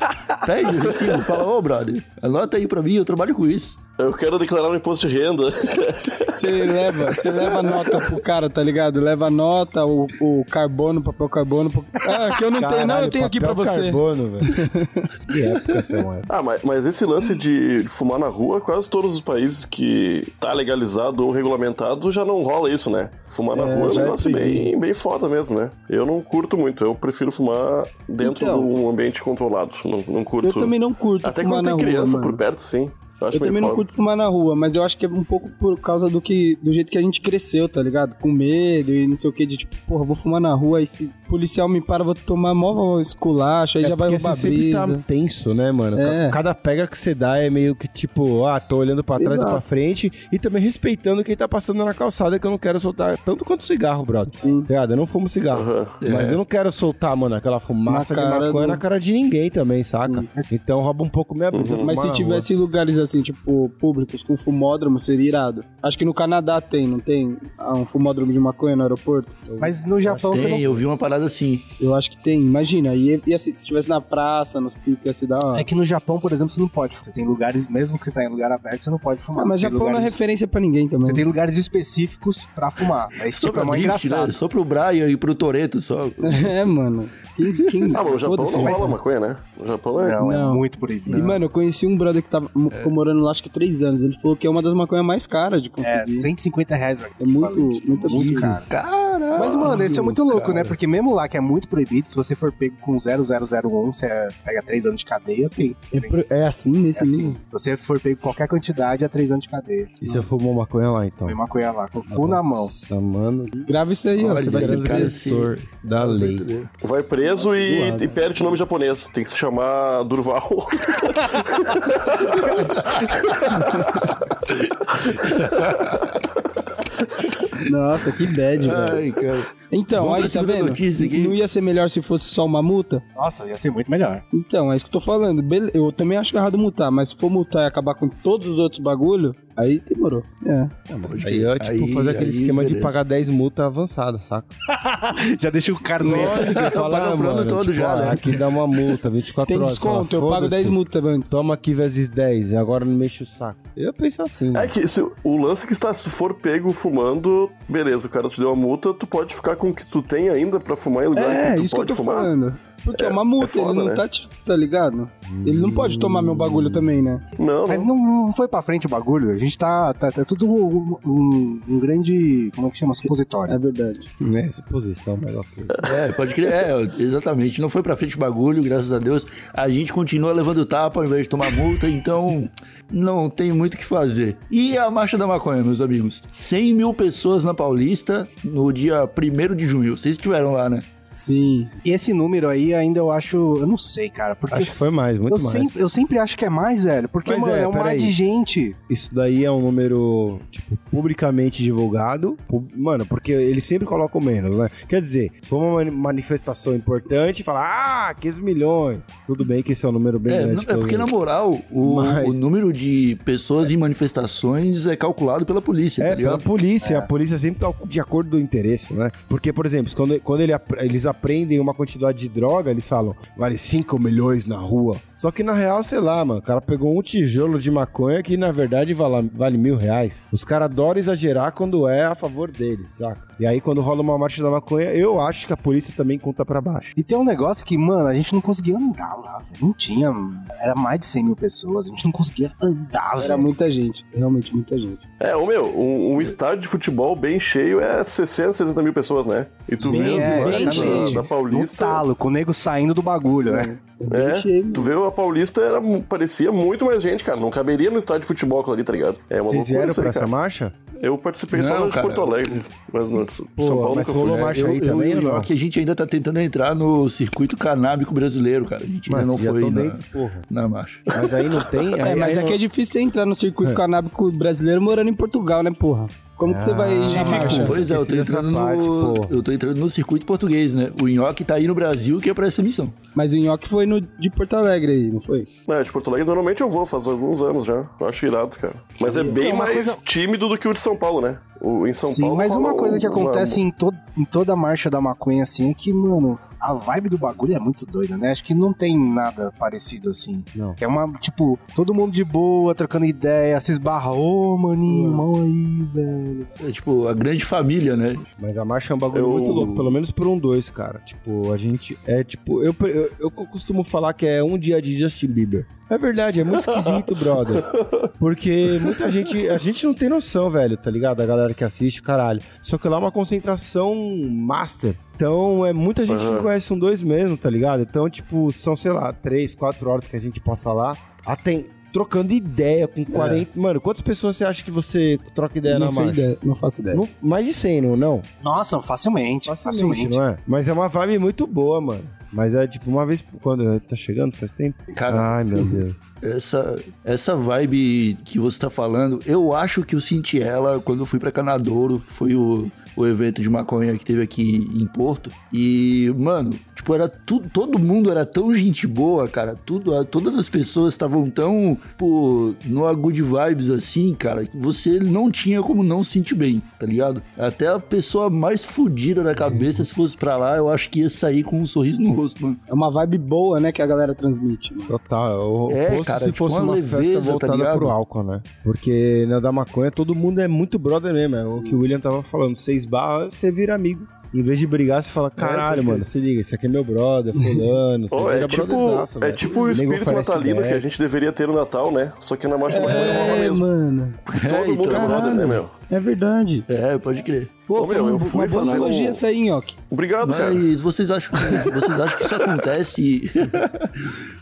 Speaker 5: (laughs)
Speaker 1: pede o recibo, fala, ô, brother, anota aí pra mim, eu trabalho com isso.
Speaker 2: eu quero declarar um imposto de renda.
Speaker 6: Você leva, você leva a nota pro cara, tá ligado? Leva a nota, o, o carbono, papel carbono. pro- Ah, que eu não tenho, não, eu tenho aqui pra
Speaker 4: papel
Speaker 6: você.
Speaker 4: carbono, velho. (laughs) Que época, Samuel.
Speaker 2: Ah, mas, mas esse lance de fumar na rua, quase todos os países que tá legalizado ou regulamentado já não rola isso, né? Fumar na rua é um
Speaker 6: já
Speaker 2: negócio
Speaker 6: entendi.
Speaker 2: bem, bem foda mesmo, né? Eu não curto muito, eu prefiro fumar dentro
Speaker 6: Então.
Speaker 2: de um ambiente controlado. Não, não curto.
Speaker 6: Eu também não curto
Speaker 2: Até
Speaker 6: fumar
Speaker 2: quando tem
Speaker 6: na rua,
Speaker 2: criança
Speaker 6: mano.
Speaker 2: por perto, sim. Eu acho
Speaker 6: Eu
Speaker 2: meio
Speaker 6: também não
Speaker 2: foda.
Speaker 6: curto fumar na rua, mas eu acho que é um pouco por causa do que do jeito que a gente cresceu, tá ligado? Com medo e não sei o que, de tipo, porra, vou fumar na rua, aí se o policial me para, eu vou tomar mó esculacho, aí já vai
Speaker 4: porque
Speaker 6: roubar
Speaker 4: você sempre tá
Speaker 6: brisa.
Speaker 4: tenso, né, mano?
Speaker 6: É.
Speaker 4: Ca- Cada pega que você dá é meio que tipo, ah, tô olhando pra trás
Speaker 6: Exato.
Speaker 4: e pra frente e também respeitando quem tá passando na calçada que eu não quero soltar tanto quanto cigarro, brother.
Speaker 6: Sim. É.
Speaker 4: Tá ligado? Eu não fumo cigarro.
Speaker 2: Aham.
Speaker 4: Mas eu não quero soltar, mano, aquela fumaça
Speaker 6: Na
Speaker 4: de
Speaker 6: cara
Speaker 4: maconha
Speaker 6: do-
Speaker 4: na cara de ninguém também, saca? Então rouba um pouco minha
Speaker 5: Uhum.
Speaker 4: brisa. fumar
Speaker 6: Mas se
Speaker 4: na
Speaker 6: tivesse lugares assim, tipo, públicos com fumódromo, seria irado. Acho que no Canadá tem, não tem? Ah, um fumódromo de maconha no aeroporto?
Speaker 5: Mas no Japão Então você não
Speaker 1: Tem, eu vi uma parada assim.
Speaker 6: Eu acho que tem, imagina. E, e assim, se estivesse na praça, nos picos, ia se dar.
Speaker 5: É que no Japão, por exemplo, você não pode. Você tem lugares, mesmo que você tá em lugar aberto, você não pode fumar.
Speaker 6: Ah, mas
Speaker 5: Tem
Speaker 6: Japão não é
Speaker 5: lugares-
Speaker 6: referência pra ninguém também.
Speaker 5: Você tem lugares específicos pra fumar. Mas
Speaker 1: Só
Speaker 5: tipo, é
Speaker 1: pra
Speaker 5: mó
Speaker 1: Drift, né?
Speaker 5: engraçado.
Speaker 1: Só pro Brian e pro Toreto, só.
Speaker 6: (laughs) É, mano. Quem, quem...
Speaker 2: Ah, mas o Japão
Speaker 6: Foda-se,
Speaker 2: não
Speaker 6: mas-
Speaker 2: rola maconha, né? O Japão é.
Speaker 5: Não, é
Speaker 6: Não.
Speaker 5: muito
Speaker 6: E,
Speaker 5: proibido.
Speaker 6: mano, eu conheci um brother que tava, ficou morando lá acho que três anos. Ele falou que é uma das maconhas mais caras de
Speaker 5: É,
Speaker 6: conseguir.
Speaker 5: 150 reais. tipo,
Speaker 6: É muito- muito absurdo.
Speaker 5: caro. Mas, mano, esse é muito louco, né? Porque mesmo lá que é muito proibido, se você for pego com 0001, você é- você pega 3 anos de cadeia, tem.
Speaker 6: É, pro- é assim
Speaker 5: É
Speaker 6: nesse
Speaker 5: assim.
Speaker 6: nível?
Speaker 5: Se você for pego com qualquer quantidade, é 3 anos de cadeia.
Speaker 4: E se eu fumou maconha lá, então?
Speaker 5: Foi maconha lá, com o cu na mão.
Speaker 4: é Nossa, mano,
Speaker 6: Grava
Speaker 4: (laughs)
Speaker 6: isso aí, ó.
Speaker 1: Olha,
Speaker 6: Você vai ser
Speaker 1: cara,
Speaker 6: preso.
Speaker 1: esse-
Speaker 4: professor da lei.
Speaker 2: Vai preso e,
Speaker 6: É. Zoado.
Speaker 2: e perde o nome japonês. Tem que se chamar Durval.
Speaker 6: Nossa, que bad, velho.
Speaker 1: Ai, cara.
Speaker 6: Então,
Speaker 1: Vamos pra
Speaker 6: aí, tá
Speaker 1: segunda
Speaker 6: vendo?
Speaker 1: notícia aqui.
Speaker 6: Não ia ser melhor se fosse só uma multa?
Speaker 5: Nossa, ia ser
Speaker 6: (laughs)
Speaker 5: muito melhor.
Speaker 6: Então, é isso que eu tô falando. Bele- Eu também acho errado multar, mas se for multar e acabar com todos os outros bagulho, aí demorou. É.
Speaker 4: Aí eu, tipo,
Speaker 1: Aí-
Speaker 4: fazer aquele
Speaker 1: aí,
Speaker 4: esquema de
Speaker 1: beleza.
Speaker 4: pagar 10 multas avançadas,
Speaker 1: (laughs)
Speaker 4: saca?
Speaker 5: Já deixa o carnê.
Speaker 4: Lógico,
Speaker 1: Paga
Speaker 4: fala,
Speaker 1: pro ano
Speaker 4: mano,
Speaker 1: todo
Speaker 4: tipo,
Speaker 1: já,
Speaker 4: ah,
Speaker 1: né?
Speaker 4: aqui dá uma
Speaker 1: (laughs)
Speaker 4: multa, 24
Speaker 6: Tem
Speaker 4: horas. fala,
Speaker 6: desconto, eu pago 10
Speaker 4: "Foda-se,
Speaker 6: multas antes.
Speaker 4: Toma aqui vezes 10, e agora não mexe o saco. Eu penso assim,
Speaker 2: É
Speaker 4: mano.
Speaker 2: que se, o lance é que está, se tu for pego fumando, beleza, o cara te deu a multa, tu pode ficar com o que tu tem ainda pra fumar em lugar
Speaker 6: É,
Speaker 2: que tu
Speaker 6: isso que eu
Speaker 2: pode
Speaker 6: tô
Speaker 2: fumar.
Speaker 6: falando. Porque é, uma multa,
Speaker 2: foda,
Speaker 6: ele não
Speaker 2: né?
Speaker 6: tá, te- tá ligado? Ele não pode tomar meu bagulho também, né?
Speaker 2: Não,
Speaker 5: Mas
Speaker 2: não.
Speaker 5: não, não foi pra frente o bagulho. A gente tá. Tá, tá tudo um, um- um grande. Como é que chama? Supositório.
Speaker 6: É verdade.
Speaker 4: Né, suposição, mas ok.
Speaker 1: É, pode crer. É, exatamente. Não foi pra frente o bagulho, graças a Deus. A gente continua levando tapa ao invés de tomar multa, então não tem muito o que fazer. E a Marcha da Maconha, meus amigos? 100 mil pessoas na Paulista no dia 1 de junho. Vocês estiveram lá, né?
Speaker 6: Sim.
Speaker 5: Esse número aí ainda eu acho. Eu não sei, cara. Porque
Speaker 4: Acho que foi mais, muito
Speaker 5: eu,
Speaker 4: mais.
Speaker 5: sempre, eu sempre acho que é mais, velho. Porque,
Speaker 4: Mas
Speaker 5: mano,
Speaker 4: é,
Speaker 5: é, um mar
Speaker 4: peraí.
Speaker 5: de gente.
Speaker 4: Isso daí é um número, tipo, publicamente divulgado. Pu- Mano, porque eles sempre colocam menos, né? Quer dizer, se for uma mani- manifestação importante, falar, ah, 15 milhões. Tudo bem que esse é um número bem
Speaker 1: É,
Speaker 4: grande.
Speaker 1: não-
Speaker 4: que
Speaker 1: é
Speaker 4: eu-
Speaker 1: porque, na moral, o,
Speaker 4: Mas-
Speaker 1: o número de pessoas em manifestações é calculado pela polícia, tá
Speaker 4: É, pela
Speaker 1: ligado?
Speaker 4: polícia. A polícia sempre tá de acordo do interesse, né? Porque, por exemplo, quando, quando ele ap- eles aprendem uma quantidade de droga, eles falam, vale 5 milhões na rua. Só que, na real, sei lá, mano, o cara pegou um tijolo de maconha que, na verdade, vale, vale mil reais. Os caras adoram exagerar quando é a favor deles, saca? E aí, quando rola uma marcha da maconha, eu acho que a polícia também conta pra baixo.
Speaker 5: E tem um negócio que, mano, a gente não conseguia andar lá, velho. Não tinha. Era mais de 100 mil pessoas. A gente não conseguia andar,
Speaker 6: Era
Speaker 5: velho.
Speaker 6: muita gente, realmente muita gente.
Speaker 2: É, ô meu, um, um estádio de futebol bem cheio é 60, 70 mil pessoas, né? E tu vê as
Speaker 5: é,
Speaker 2: imagens da,
Speaker 5: exatamente.
Speaker 2: da
Speaker 5: No
Speaker 2: Paulista.
Speaker 5: talo, com o nego saindo do bagulho, né?
Speaker 2: É,
Speaker 6: Bem cheio,
Speaker 2: tu vê a Paulista era, parecia muito mais gente, cara. Não caberia no estádio de futebol aquilo ali, tá ligado? É uma
Speaker 4: Vocês
Speaker 2: loucura
Speaker 4: vieram
Speaker 2: isso aí,
Speaker 4: pra essa
Speaker 2: cara.
Speaker 4: marcha?
Speaker 2: Eu participei
Speaker 1: Não,
Speaker 2: só de
Speaker 1: cara.
Speaker 2: Porto Alegre, mas no São
Speaker 4: Pô,
Speaker 2: Paulo
Speaker 4: mas
Speaker 2: nunca fui.
Speaker 4: rolou
Speaker 2: É,
Speaker 4: marcha
Speaker 1: eu,
Speaker 4: aí
Speaker 1: eu,
Speaker 4: também,
Speaker 1: e o
Speaker 4: ou não?
Speaker 1: York, a gente ainda tá tentando entrar no circuito canábico brasileiro, cara. A gente ainda não
Speaker 4: já
Speaker 1: foi
Speaker 4: tô
Speaker 1: na,
Speaker 4: dentro, porra.
Speaker 1: na marcha.
Speaker 4: Mas aí não
Speaker 2: (laughs)
Speaker 4: tem. Aí,
Speaker 6: É,
Speaker 4: aí
Speaker 6: mas é que é difícil você entrar no
Speaker 5: É.
Speaker 6: circuito canábico brasileiro morando em Portugal, né, porra? Como que você
Speaker 5: Ah,
Speaker 6: vai ir na marcha?
Speaker 1: Pois é, eu tô,
Speaker 4: Ah, esqueci dessa
Speaker 1: entrando
Speaker 4: parte,
Speaker 1: no,
Speaker 4: porra.
Speaker 1: eu tô entrando no circuito português, né? O Nhoque tá aí no Brasil que é pra essa missão.
Speaker 6: Mas o Nhoque foi no de Porto Alegre aí, não foi?
Speaker 2: É, de Porto Alegre normalmente eu vou, faz alguns anos já. Eu acho irado, cara. Mas é bem
Speaker 5: Então, uma
Speaker 2: mais
Speaker 5: coisa-
Speaker 2: tímido do que o de São Paulo, né? O, em São
Speaker 5: Sim,
Speaker 2: Paulo.
Speaker 5: mas uma
Speaker 2: rola
Speaker 5: coisa que
Speaker 2: uma-
Speaker 5: acontece em, to- em toda a marcha da maconha, assim, é que, mano, a vibe do bagulho é muito doida, né? Acho que não tem nada parecido assim.
Speaker 4: Não.
Speaker 5: É uma, tipo, todo mundo de boa, trocando ideia, se esbarra, ô, maninho, mão aí, velho.
Speaker 1: É tipo a grande família, né?
Speaker 4: Mas a marcha é um bagulho
Speaker 2: Eu-
Speaker 4: muito louco, pelo menos por um dois, cara. Tipo, a gente é tipo. Eu, eu, eu costumo falar que é um dia de Justin Bieber. É verdade, é muito
Speaker 6: (laughs)
Speaker 4: esquisito, brother. Porque muita gente. A gente não tem noção, velho, tá ligado? A galera que assiste, caralho. Só que lá é uma concentração master. Então, é muita gente
Speaker 2: Aham.
Speaker 4: que conhece um dois mesmo, tá ligado? Então, tipo, são, sei lá, três, quatro horas que a gente passa lá. Até trocando ideia com 40. Mano, quantas pessoas você acha que você troca ideia na
Speaker 6: não É. sei
Speaker 4: marcha?
Speaker 6: ideia, não faço ideia.
Speaker 4: Não- mais de 100, não? não?
Speaker 5: Nossa, facilmente, facilmente.
Speaker 4: Facilmente, não é? Mas é uma vibe muito boa, mano. Mas é tipo uma vez por- quando tá chegando, faz tempo.
Speaker 1: Cara.
Speaker 4: Ai, meu Deus.
Speaker 1: Essa, essa vibe que você tá falando, eu acho que eu senti ela quando eu fui pra Canadouro, que foi o, o evento de maconha que teve aqui em Porto. E, mano, tipo, era tudo, todo mundo era tão gente boa, cara. Tudo, a- todas as pessoas estavam tão, pô, numa good vibes assim, cara, que você não tinha como não se sentir bem, tá ligado? Até a pessoa mais fodida da cabeça, se fosse pra lá, eu acho que ia sair com um sorriso no rosto, mano.
Speaker 6: É uma vibe boa, né, que a galera transmite. né? (laughs) mano.
Speaker 4: Total. O
Speaker 1: É,
Speaker 4: oposto
Speaker 1: cara,
Speaker 4: se
Speaker 1: tipo
Speaker 4: fosse
Speaker 1: uma
Speaker 4: uma, festa
Speaker 1: leveza, tá
Speaker 4: voltada
Speaker 1: ligado?
Speaker 4: pro álcool, né? Porque na da maconha todo mundo é muito brother mesmo. É o que o William tava falando. Seis barras, você vira amigo. Em vez de brigar, você fala, caralho,
Speaker 1: pode
Speaker 4: mano, se liga, esse aqui é meu brother, fulano, você
Speaker 2: Pô,
Speaker 4: vira
Speaker 2: é, tipo,
Speaker 4: brotherzaço,
Speaker 2: é
Speaker 5: né?
Speaker 4: velho.
Speaker 2: tipo o
Speaker 4: Nego
Speaker 2: espírito
Speaker 5: assim,
Speaker 4: oferece
Speaker 2: natalino que
Speaker 4: ideia.
Speaker 2: a gente deveria ter no Natal, né? Só que na marcha da maconha rola
Speaker 6: É,
Speaker 2: mesmo.
Speaker 6: mano.
Speaker 2: Todo
Speaker 1: então,
Speaker 2: mundo é brother, né, meu?
Speaker 6: É verdade.
Speaker 1: É, pode crer.
Speaker 6: Pô,
Speaker 2: Ô, meu,
Speaker 6: foi
Speaker 2: eu
Speaker 6: uma,
Speaker 2: fui
Speaker 6: uma boa
Speaker 2: fazer um-
Speaker 6: analogia essa aí, Nhoque.
Speaker 2: Obrigado, cara.
Speaker 1: Mas vocês acham que, vocês acham que isso acontece?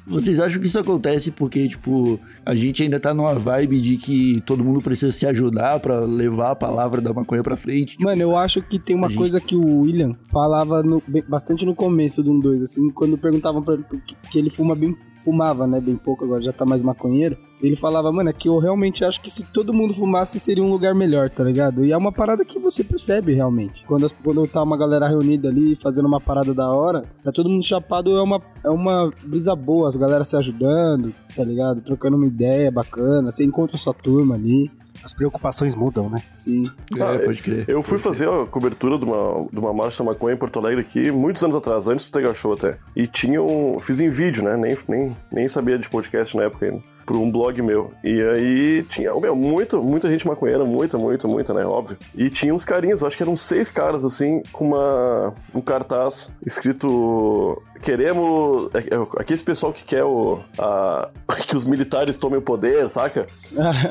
Speaker 1: vocês acham que isso acontece porque, tipo, a gente ainda tá numa vibe de que todo mundo precisa se ajudar pra levar a palavra da maconha pra frente? Tipo,
Speaker 6: Mano, eu acho que tem
Speaker 1: A
Speaker 6: uma
Speaker 1: gente-
Speaker 6: coisa que o William falava no- bem- bastante no começo do 1 2, assim, quando perguntavam pra ele que, que ele fuma bem, fumava, né, bem pouco, agora já tá mais maconheiro. Ele falava, mano, é que eu realmente acho que se todo mundo fumasse seria um lugar melhor, tá ligado? E é uma parada que você percebe realmente. Quando, as- quando tá uma galera reunida ali fazendo uma parada da hora, tá todo mundo chapado, é uma, é uma brisa boa, as galera se ajudando, tá ligado? Trocando uma ideia bacana, você encontra sua turma ali, assim.
Speaker 5: As preocupações mudam, né?
Speaker 6: sim.
Speaker 1: é, pode crer.
Speaker 2: Eu fui
Speaker 5: (laughs)
Speaker 2: fazer a cobertura de uma, de uma marcha da maconha em Porto Alegre aqui, muitos anos atrás, antes do Tega Show até. E tinha um. Fiz em vídeo, né? Nem, nem, nem sabia de podcast na época ainda. Pra um blog meu. E aí tinha, meu, muito, muita gente maconheira, muita, muita, muita, né? Óbvio. E tinha uns carinhas, eu acho que eram seis caras, assim, com uma, um cartaz escrito: Queremos. é- é- Aqui esse pessoal que quer o, a- (laughs) que os militares tomem o poder, saca?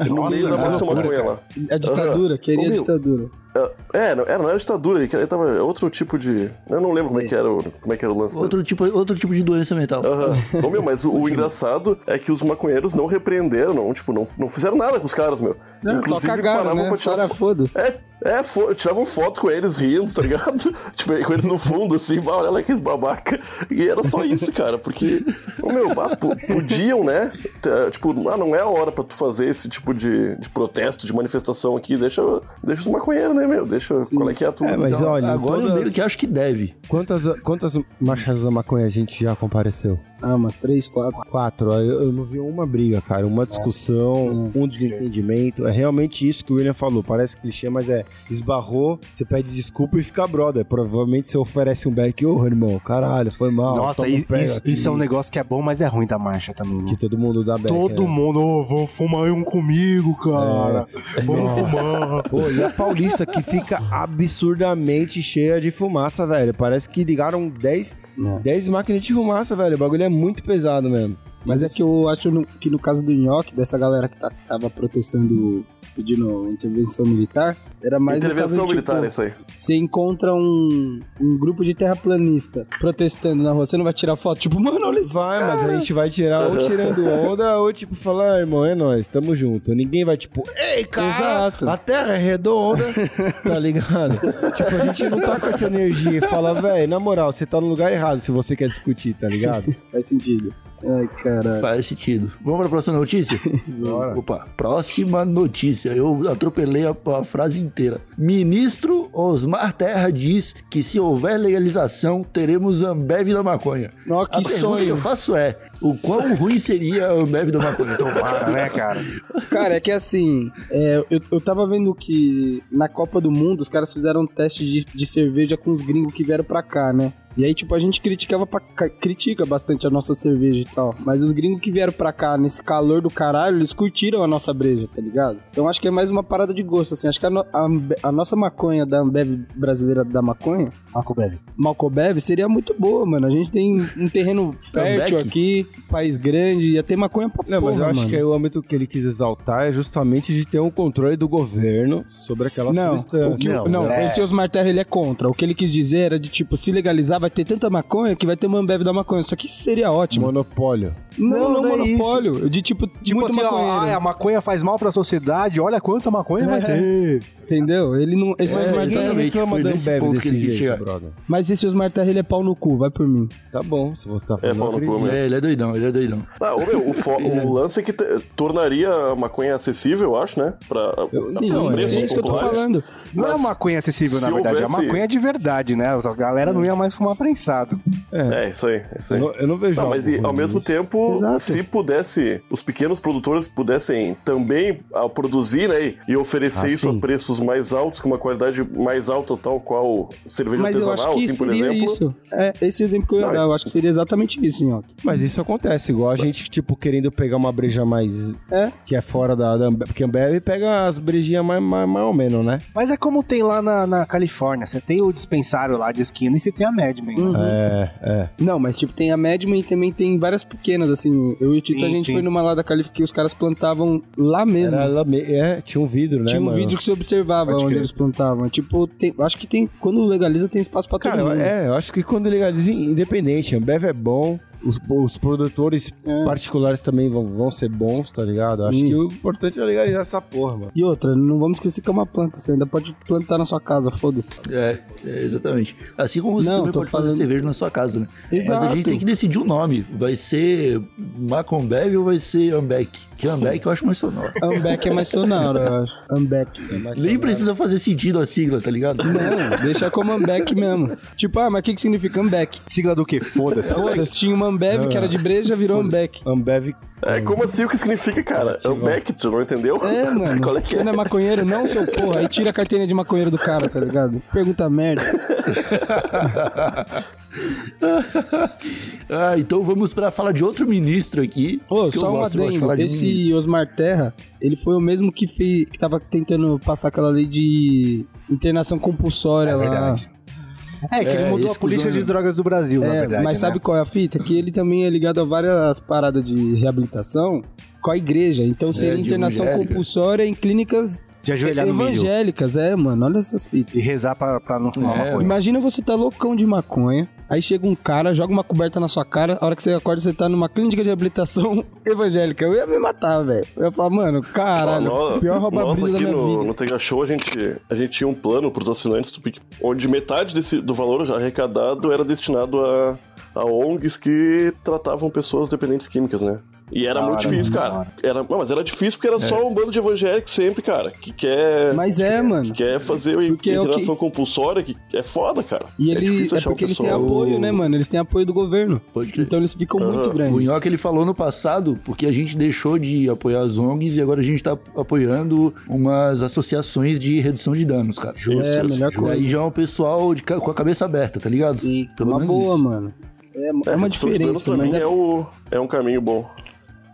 Speaker 2: No meio da marcha
Speaker 5: que
Speaker 2: da
Speaker 5: loucura,
Speaker 2: maconha
Speaker 5: cara.
Speaker 2: lá.
Speaker 6: A É ditadura,
Speaker 2: Aham.
Speaker 6: queria
Speaker 2: Ô,
Speaker 6: a
Speaker 2: meu,
Speaker 6: ditadura.
Speaker 2: É, não era, não era ditadura, ele, ele tava. é Outro tipo de. Eu não lembro como é que era o, como é que era o lance dele.
Speaker 1: Outro tipo, outro tipo de doença mental.
Speaker 6: (laughs)
Speaker 2: Aham. Ô, meu, mas o, o engraçado é que os maconheiros não repreenderam, não, tipo, não, não fizeram nada com os caras, meu.
Speaker 6: Não, só cagaram, né? Fora,
Speaker 2: fo-
Speaker 6: foda-se.
Speaker 2: É, é fo- tiravam foto com eles rindo, tá ligado? (laughs) tipo, com eles no fundo, assim, "Bah, olha lá que babaca. E era só isso, cara, porque, ô, meu, bah, po- podiam, né? T- é, Tipo, ah, não é a hora pra tu fazer esse tipo de, de protesto, de manifestação aqui, deixa, deixa os maconheiros, né, meu? Deixa, qual é que é a tua...
Speaker 4: É, mas olha, em
Speaker 1: Então, Ah, Agora eu meio
Speaker 4: todas,
Speaker 1: que acho que deve.
Speaker 4: quantas, quantas marchas da maconha a gente já compareceu?
Speaker 6: Ah, umas três, quatro.
Speaker 4: Quatro, ó, eu eu não vi uma briga, cara, uma discussão, um desentendimento. É realmente isso que o William falou. Parece clichê, mas é esbarrou, você pede desculpa e fica brother. Provavelmente você oferece um back, ô irmão, caralho, foi mal.
Speaker 5: Nossa,
Speaker 4: toma um
Speaker 5: i-
Speaker 4: pé
Speaker 5: isso,
Speaker 4: aqui."
Speaker 5: isso é um negócio que é bom, mas é ruim da marcha também. né?
Speaker 4: que todo mundo dá back.
Speaker 5: Todo
Speaker 4: né?
Speaker 5: mundo, ô, vão fumar um comigo, cara.
Speaker 4: É.
Speaker 5: Vamos
Speaker 4: Nossa.
Speaker 5: fumar.
Speaker 4: Pô,
Speaker 6: (laughs)
Speaker 4: e a Paulista que fica absurdamente cheia de fumaça, velho. Parece que ligaram 10,
Speaker 6: É.
Speaker 5: Não.
Speaker 4: 10 máquinas de fumaça, velho. O bagulho é muito pesado mesmo.
Speaker 6: Mas é que eu acho no- que no caso do Nhoque, dessa galera que tá- tava protestando, pedindo intervenção militar, era mais. no
Speaker 2: Intervenção
Speaker 6: caso,
Speaker 2: militar,
Speaker 6: tipo,
Speaker 2: é isso aí.
Speaker 6: Você encontra um, um grupo de terraplanista protestando na rua, você não vai tirar foto? Tipo, mano, olha isso.
Speaker 4: Vai, mas a gente vai tirar ou tirando onda ou tipo falar, "Ah, irmão, é nóis, tamo junto. Ninguém vai tipo, ei, cara,
Speaker 6: Exato.
Speaker 4: a terra é redonda, tá ligado? tipo, a gente não tá com essa energia e fala, velho, na moral, você tá no lugar errado se você quer discutir, tá ligado?
Speaker 6: Faz sentido. Ai, caralho.
Speaker 1: Faz sentido. Vamos pra próxima
Speaker 6: (laughs)
Speaker 1: notícia?
Speaker 4: Bora.
Speaker 1: Opa, próxima notícia. Eu atropelei a, a frase inteira. Ministro Osmar Terra diz que se houver legalização, teremos Ambev da maconha.
Speaker 6: Nossa,
Speaker 1: a
Speaker 6: que
Speaker 1: pergunta que
Speaker 6: sonho.
Speaker 1: eu faço é, o quão ruim seria a Ambev da maconha? Então,
Speaker 6: (laughs)
Speaker 1: ah,
Speaker 5: Tomara, né, cara?
Speaker 6: Cara, é que assim, é, eu, eu tava vendo que na Copa do Mundo os caras fizeram um teste de, de cerveja com os gringos que vieram pra cá, né? E aí, tipo, a gente criticava pra, ca- critica bastante a nossa cerveja e tal. Mas os gringos que vieram pra cá nesse calor do caralho, eles curtiram a nossa breja, tá ligado? Então acho que é mais uma parada de gosto, assim. Acho que a, no- a Ambe- a nossa maconha da Ambev brasileira da maconha,
Speaker 5: Marco Belli.
Speaker 6: Malcobev, seria muito boa, mano. A gente tem um terreno fértil
Speaker 1: Ambev?
Speaker 6: aqui, país grande, ia ter maconha pra
Speaker 4: Não, mas
Speaker 6: porra,
Speaker 4: eu acho
Speaker 6: mano.
Speaker 4: que é- aí o âmbito que ele quis exaltar é justamente de ter um controle do governo sobre aquela
Speaker 6: Não,
Speaker 4: substância.
Speaker 6: o que, não,
Speaker 4: né?
Speaker 6: esse Osmar Terra ele é contra. O que ele quis dizer era de tipo, se legalizar vai ter tanta maconha que vai ter uma Ambev da maconha. Só que isso seria ótimo.
Speaker 4: Monopólio.
Speaker 6: não, não,
Speaker 5: não é
Speaker 6: monopólio. de tipo,
Speaker 5: Tipo
Speaker 6: muito
Speaker 5: assim, ó,
Speaker 6: maconheiro. É.
Speaker 5: "Ai, a maconha faz mal pra sociedade, olha quanta maconha vai ter.
Speaker 6: Entendeu? Ele não, esse
Speaker 1: É,
Speaker 6: Osmar
Speaker 1: ele
Speaker 6: Terra-
Speaker 4: Ninguém
Speaker 1: Exatamente,
Speaker 4: reclama
Speaker 1: foi
Speaker 4: da
Speaker 1: nesse
Speaker 4: Ambev
Speaker 1: ponto que
Speaker 4: desse
Speaker 1: ele quis
Speaker 4: jeito,
Speaker 1: chegar.
Speaker 4: brother.
Speaker 6: Mas esse Osmar Terra ele é pau no cu, vai por mim.
Speaker 4: Tá bom, se você tá
Speaker 2: É,
Speaker 4: falando.
Speaker 2: pau no cu, meu.
Speaker 1: É, ele é doidão, ele é doidão.
Speaker 2: Ah, ô, meu, o, fo- o lance é que te- tornaria a maconha acessível, eu acho, né? Pra, pra
Speaker 4: sim,
Speaker 2: pra
Speaker 4: é
Speaker 2: preços
Speaker 6: é isso que eu tô
Speaker 2: populares.
Speaker 6: falando.
Speaker 5: Não é
Speaker 2: Mas
Speaker 5: maconha acessível,
Speaker 2: se
Speaker 5: na verdade, é
Speaker 2: houvesse-
Speaker 5: maconha de verdade, né? A galera não ia mais fumar prensado.
Speaker 2: É, isso aí, é isso
Speaker 4: Eu
Speaker 2: aí.
Speaker 4: não, eu não vejo.
Speaker 2: Não,
Speaker 4: algo
Speaker 2: mas e,
Speaker 4: ruim
Speaker 2: ao mesmo
Speaker 4: nisso.
Speaker 2: tempo,
Speaker 6: Exato.
Speaker 2: se pudesse, os pequenos produtores pudessem também ah, produzir né, e- e oferecer
Speaker 4: Ah,
Speaker 2: isso
Speaker 4: sim.
Speaker 2: a preços mais altos, com uma qualidade mais alta, tal qual cerveja
Speaker 6: Mas eu acho
Speaker 2: artesanal,
Speaker 6: que
Speaker 2: assim, por
Speaker 6: seria
Speaker 2: exemplo.
Speaker 6: isso. É, esse exemplo que eu ia
Speaker 2: Não,
Speaker 6: dar, eu acho que seria exatamente isso, Nhoque.
Speaker 4: Mas isso acontece, igual a gente, tipo, querendo pegar uma breja mais.
Speaker 6: É.
Speaker 4: Que é fora da. da Ambev, porque a Ambev pega as brejinhas mais, mais, mais ou menos, né?
Speaker 5: Mas é como tem lá na, na Califórnia, você tem o dispensário lá de esquina e você tem a né? Madman.
Speaker 6: Hum.
Speaker 4: É, é.
Speaker 6: Não, mas tipo, tem a Madman e também tem várias pequenas, assim. Eu e o Tito,
Speaker 5: Sim,
Speaker 6: a gente
Speaker 5: sim. né,
Speaker 6: foi numa lá da Califa que os caras plantavam lá mesmo.
Speaker 4: Era lá me- é, tinha um vidro, né?
Speaker 6: Tinha um
Speaker 4: mano?
Speaker 6: vídeo que você observava
Speaker 5: Pode
Speaker 6: onde
Speaker 5: crer.
Speaker 6: eles plantavam. Tipo, tem- acho que tem. Quando legaliza, tem espaço pra
Speaker 4: Cara,
Speaker 6: todo mundo.
Speaker 4: é, eu acho que quando legaliza, independente, a Ambev é bom, os, os produtores
Speaker 6: É.
Speaker 4: particulares também vão, vão ser bons, tá ligado? Acho
Speaker 6: Sim.
Speaker 4: que o importante é legalizar essa porra, mano.
Speaker 6: E outra, não vamos esquecer que é uma planta. Você ainda pode plantar na sua casa,
Speaker 5: (laughs)
Speaker 6: foda-se.
Speaker 1: É, é, exatamente. Assim como você
Speaker 6: Não,
Speaker 1: também
Speaker 6: tô
Speaker 1: pode
Speaker 6: falando-
Speaker 1: fazer cerveja na sua casa, né?
Speaker 6: Exato.
Speaker 1: Mas a gente tem que decidir o nome. Vai ser Macombev ou vai ser Ambeck? Que Ambeck eu acho mais sonoro.
Speaker 6: Ambeck é mais sonoro, eu acho. Ambeck.
Speaker 4: É
Speaker 1: Nem precisa fazer sentido a sigla, tá ligado?
Speaker 6: Não, deixa como Ambeck mesmo. Tipo, ah, mas o que, que significa Ambeck?
Speaker 5: Sigla do que? Foda-se.
Speaker 6: Foda-se, tinha uma Ambev que era de breja, virou Ambeck.
Speaker 4: um Ambev
Speaker 2: É, como assim? O que significa, cara? É o back, tu não entendeu? (laughs)
Speaker 6: É, mano.
Speaker 2: qual é que
Speaker 6: Você
Speaker 2: é?
Speaker 6: não é maconheiro, não, seu porra. Aí tira a carteira de maconheiro do cara, tá ligado? Pergunta merda.
Speaker 1: Ah, então vamos pra falar de outro ministro aqui.
Speaker 6: Ô,
Speaker 1: que eu
Speaker 6: só um
Speaker 1: gosto, eu gosto de
Speaker 6: adendo.
Speaker 1: falar de ministro.
Speaker 6: Esse Osmar Terra, ele foi o mesmo que, fez, que tava tentando passar aquela lei de internação compulsória
Speaker 5: É
Speaker 6: lá.
Speaker 5: verdade. É, que
Speaker 1: É,
Speaker 5: ele mudou a
Speaker 1: esse
Speaker 5: política
Speaker 1: cuzão-
Speaker 5: de drogas do Brasil, na
Speaker 6: É,
Speaker 5: verdade.
Speaker 6: mas
Speaker 5: né?
Speaker 6: sabe qual é a fita? Que ele também é ligado a várias paradas de reabilitação com a igreja. Então
Speaker 1: Sim,
Speaker 6: seria
Speaker 1: é, de
Speaker 6: internação
Speaker 4: né?
Speaker 1: evangélica.
Speaker 6: compulsória em clínicas
Speaker 5: De ajoelhar no milho.
Speaker 6: Evangélicas, é, mano. Olha essas fitas.
Speaker 5: E rezar pra, pra não fumar
Speaker 7: É.
Speaker 5: maconha.
Speaker 6: Imagina você tá loucão de maconha, aí chega um cara, joga uma coberta na sua cara, a hora que você acorda, você tá numa clínica de habilitação (laughs) evangélica. Eu ia me matar, velho. Eu ia falar, mano, caralho,
Speaker 2: Ah, no-
Speaker 6: pior roubar
Speaker 2: Nossa,
Speaker 6: brisa da
Speaker 2: aqui
Speaker 6: minha
Speaker 2: no,
Speaker 6: vida.
Speaker 2: no Tega Show a gente, a gente tinha um plano pros assinantes do Pic, onde metade desse, do valor arrecadado era destinado a, a ONGs que tratavam pessoas dependentes químicas, né? E era
Speaker 5: Da
Speaker 2: muito
Speaker 5: hora,
Speaker 2: difícil,
Speaker 5: da
Speaker 2: cara.
Speaker 5: hora.
Speaker 2: Era, não, mas era difícil porque era só um bando de evangélicos sempre, cara, que quer.
Speaker 6: É. Mas é,
Speaker 2: que
Speaker 6: mano.
Speaker 2: Quer fazer
Speaker 6: Porque é o
Speaker 2: internação compulsória, que é foda, cara.
Speaker 6: E ele,
Speaker 2: difícil
Speaker 6: é
Speaker 2: achar um
Speaker 6: porque eles têm
Speaker 2: pessoal-
Speaker 6: apoio, né, mano? Eles têm apoio do governo. Então eles ficam muito
Speaker 2: Aham.
Speaker 6: grandes.
Speaker 1: O Nhoque ele falou no passado porque a gente deixou de apoiar as ONGs e agora a gente tá apoiando umas associações de redução de danos, cara.
Speaker 2: Justo.
Speaker 6: É a melhor
Speaker 1: Justo.
Speaker 6: coisa.
Speaker 1: Aí já é um pessoal de ca- com a cabeça aberta, tá ligado?
Speaker 6: Sim,
Speaker 1: Pelo
Speaker 6: uma
Speaker 1: menos
Speaker 6: boa,
Speaker 1: isso.
Speaker 6: mano. É, é uma
Speaker 2: redução de danos
Speaker 6: diferença,
Speaker 2: pra
Speaker 6: mas
Speaker 2: mim
Speaker 6: é
Speaker 2: é, o, é um caminho bom. (laughs)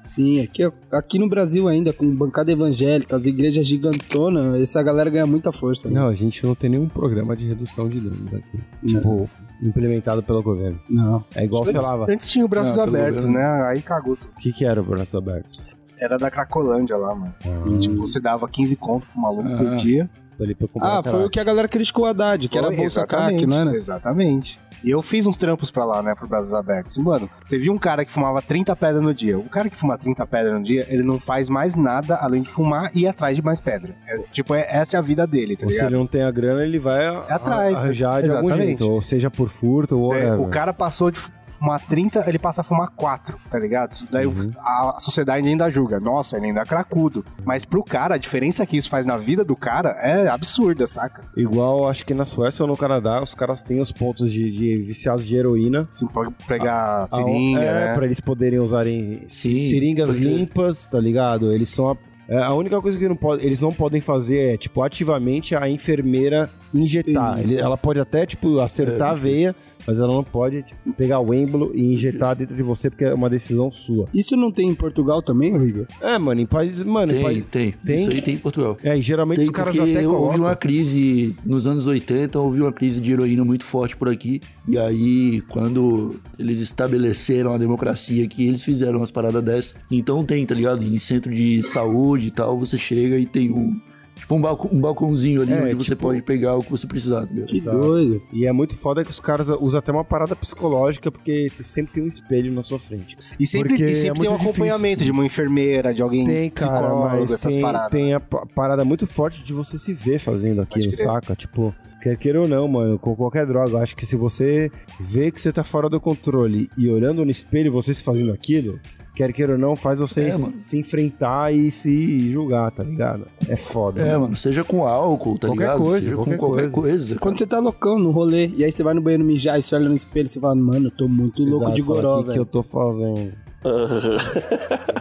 Speaker 6: Sim, aqui, é, aqui no Brasil ainda, com bancada evangélica, as igrejas gigantonas, essa galera ganha muita força. né?
Speaker 4: Não, a gente não tem nenhum programa de redução de danos aqui. Tipo, implementado pelo governo.
Speaker 6: Não.
Speaker 4: É igual, sei
Speaker 5: Antes,
Speaker 4: lá, o
Speaker 5: antes tinha o braços
Speaker 1: Ah, pelo
Speaker 5: abertos,
Speaker 1: governo.
Speaker 5: né? Aí cagou tudo.
Speaker 4: que que era o braço aberto?
Speaker 5: Era da Cracolândia lá, mano.
Speaker 6: Hum.
Speaker 5: E, tipo, você dava 15 conto pro maluco por
Speaker 1: Ah.
Speaker 5: dia.
Speaker 4: Ali pra comprar
Speaker 6: Ah, foi o que a galera criticou o Haddad, que era
Speaker 5: Foi,
Speaker 6: Bolsa CAC, né,
Speaker 5: exatamente,
Speaker 6: não era?
Speaker 5: Exatamente. E eu fiz uns trampos pra lá, né, pro Braços Abertos. E, mano, você viu um cara que fumava 30 pedras no dia. O cara que fuma 30 pedras no dia, ele não faz mais nada além de fumar e ir atrás de mais pedra. É, tipo, é, essa é a vida dele, tá
Speaker 4: Ou se
Speaker 5: ligado?
Speaker 4: ele não tem a grana, ele vai
Speaker 5: atrás,
Speaker 4: a- arranjar de algum
Speaker 5: exatamente.
Speaker 4: jeito. Ou seja, por furto, ou
Speaker 5: É, o
Speaker 4: whatever.
Speaker 5: cara passou de fumar 30, ele passa a fumar 4, tá ligado? Isso Daí
Speaker 4: Uhum.
Speaker 5: a sociedade ainda julga. Nossa, ele ainda é cracudo. Mas pro cara, a diferença que isso faz na vida do cara é absurda, saca?
Speaker 4: Igual, acho que na Suécia ou no Canadá, os caras têm os pontos de, de viciados de heroína.
Speaker 5: Assim, pra pegar
Speaker 4: Aon-
Speaker 5: seringa,
Speaker 4: é,
Speaker 5: né?
Speaker 4: pra eles poderem usarem
Speaker 1: Sim,
Speaker 4: seringas
Speaker 1: porque-
Speaker 4: limpas, tá ligado? Eles são a, é, a única coisa que não pode, eles não podem fazer é, tipo, ativamente a enfermeira injetar. Ele- ela pode até, tipo,
Speaker 1: É,
Speaker 4: acertar a veia, mas ela não pode tipo, pegar o êmbolo e injetar dentro de você, porque é uma decisão sua.
Speaker 6: Isso não tem em Portugal também, Rigor?
Speaker 4: É, mano, em países. Mano, em
Speaker 1: Tem,
Speaker 4: países.
Speaker 1: tem,
Speaker 4: Tem?
Speaker 1: Isso aí tem em Portugal.
Speaker 4: É, e geralmente
Speaker 1: Tem
Speaker 4: os caras
Speaker 1: porque
Speaker 4: até
Speaker 1: houve
Speaker 4: colocam.
Speaker 1: uma crise nos anos 80, houve uma crise de heroína muito forte por aqui. E aí, quando eles estabeleceram a democracia aqui, eles fizeram umas paradas dessas. Então tem, tá ligado? Em centro de saúde e tal, você chega e tem um. Tipo um, balcão, um balcãozinho ali
Speaker 4: É,
Speaker 1: onde você
Speaker 4: tipo-
Speaker 1: pode pegar o que você precisar, tá ligado?
Speaker 6: Que doido.
Speaker 4: E é muito foda que os caras usam até uma parada psicológica, porque sempre tem um espelho na sua frente.
Speaker 5: E sempre,
Speaker 4: Porque
Speaker 5: e
Speaker 4: é
Speaker 5: sempre tem um
Speaker 4: muito difícil.
Speaker 5: acompanhamento de uma enfermeira, de alguém
Speaker 4: Tem, cara,
Speaker 5: psicólogo,
Speaker 4: mas
Speaker 5: essas
Speaker 4: tem,
Speaker 5: paradas.
Speaker 4: tem a pa- parada muito forte de você se ver fazendo aquilo,
Speaker 5: Pode crer.
Speaker 4: saca? Tipo, quer queira ou não, mano, com qualquer droga, eu acho que se você vê que você tá fora do controle e olhando no espelho você se fazendo aquilo, quer queira ou não, faz você
Speaker 1: É,
Speaker 4: se-
Speaker 1: mano.
Speaker 4: se enfrentar e se julgar, tá ligado? É foda.
Speaker 1: É,
Speaker 4: mano.
Speaker 1: mano, seja com álcool, tá
Speaker 4: Qualquer
Speaker 1: ligado?
Speaker 4: coisa,
Speaker 1: seja
Speaker 4: qualquer
Speaker 1: com qualquer coisa.
Speaker 6: Quando você tá loucão no rolê, e aí você vai no banheiro mijar e você olha no espelho e você fala, mano, eu tô muito louco
Speaker 4: Exato,
Speaker 6: de
Speaker 4: fala,
Speaker 6: goró,
Speaker 4: "Que que eu
Speaker 6: velho.
Speaker 4: tô fazendo?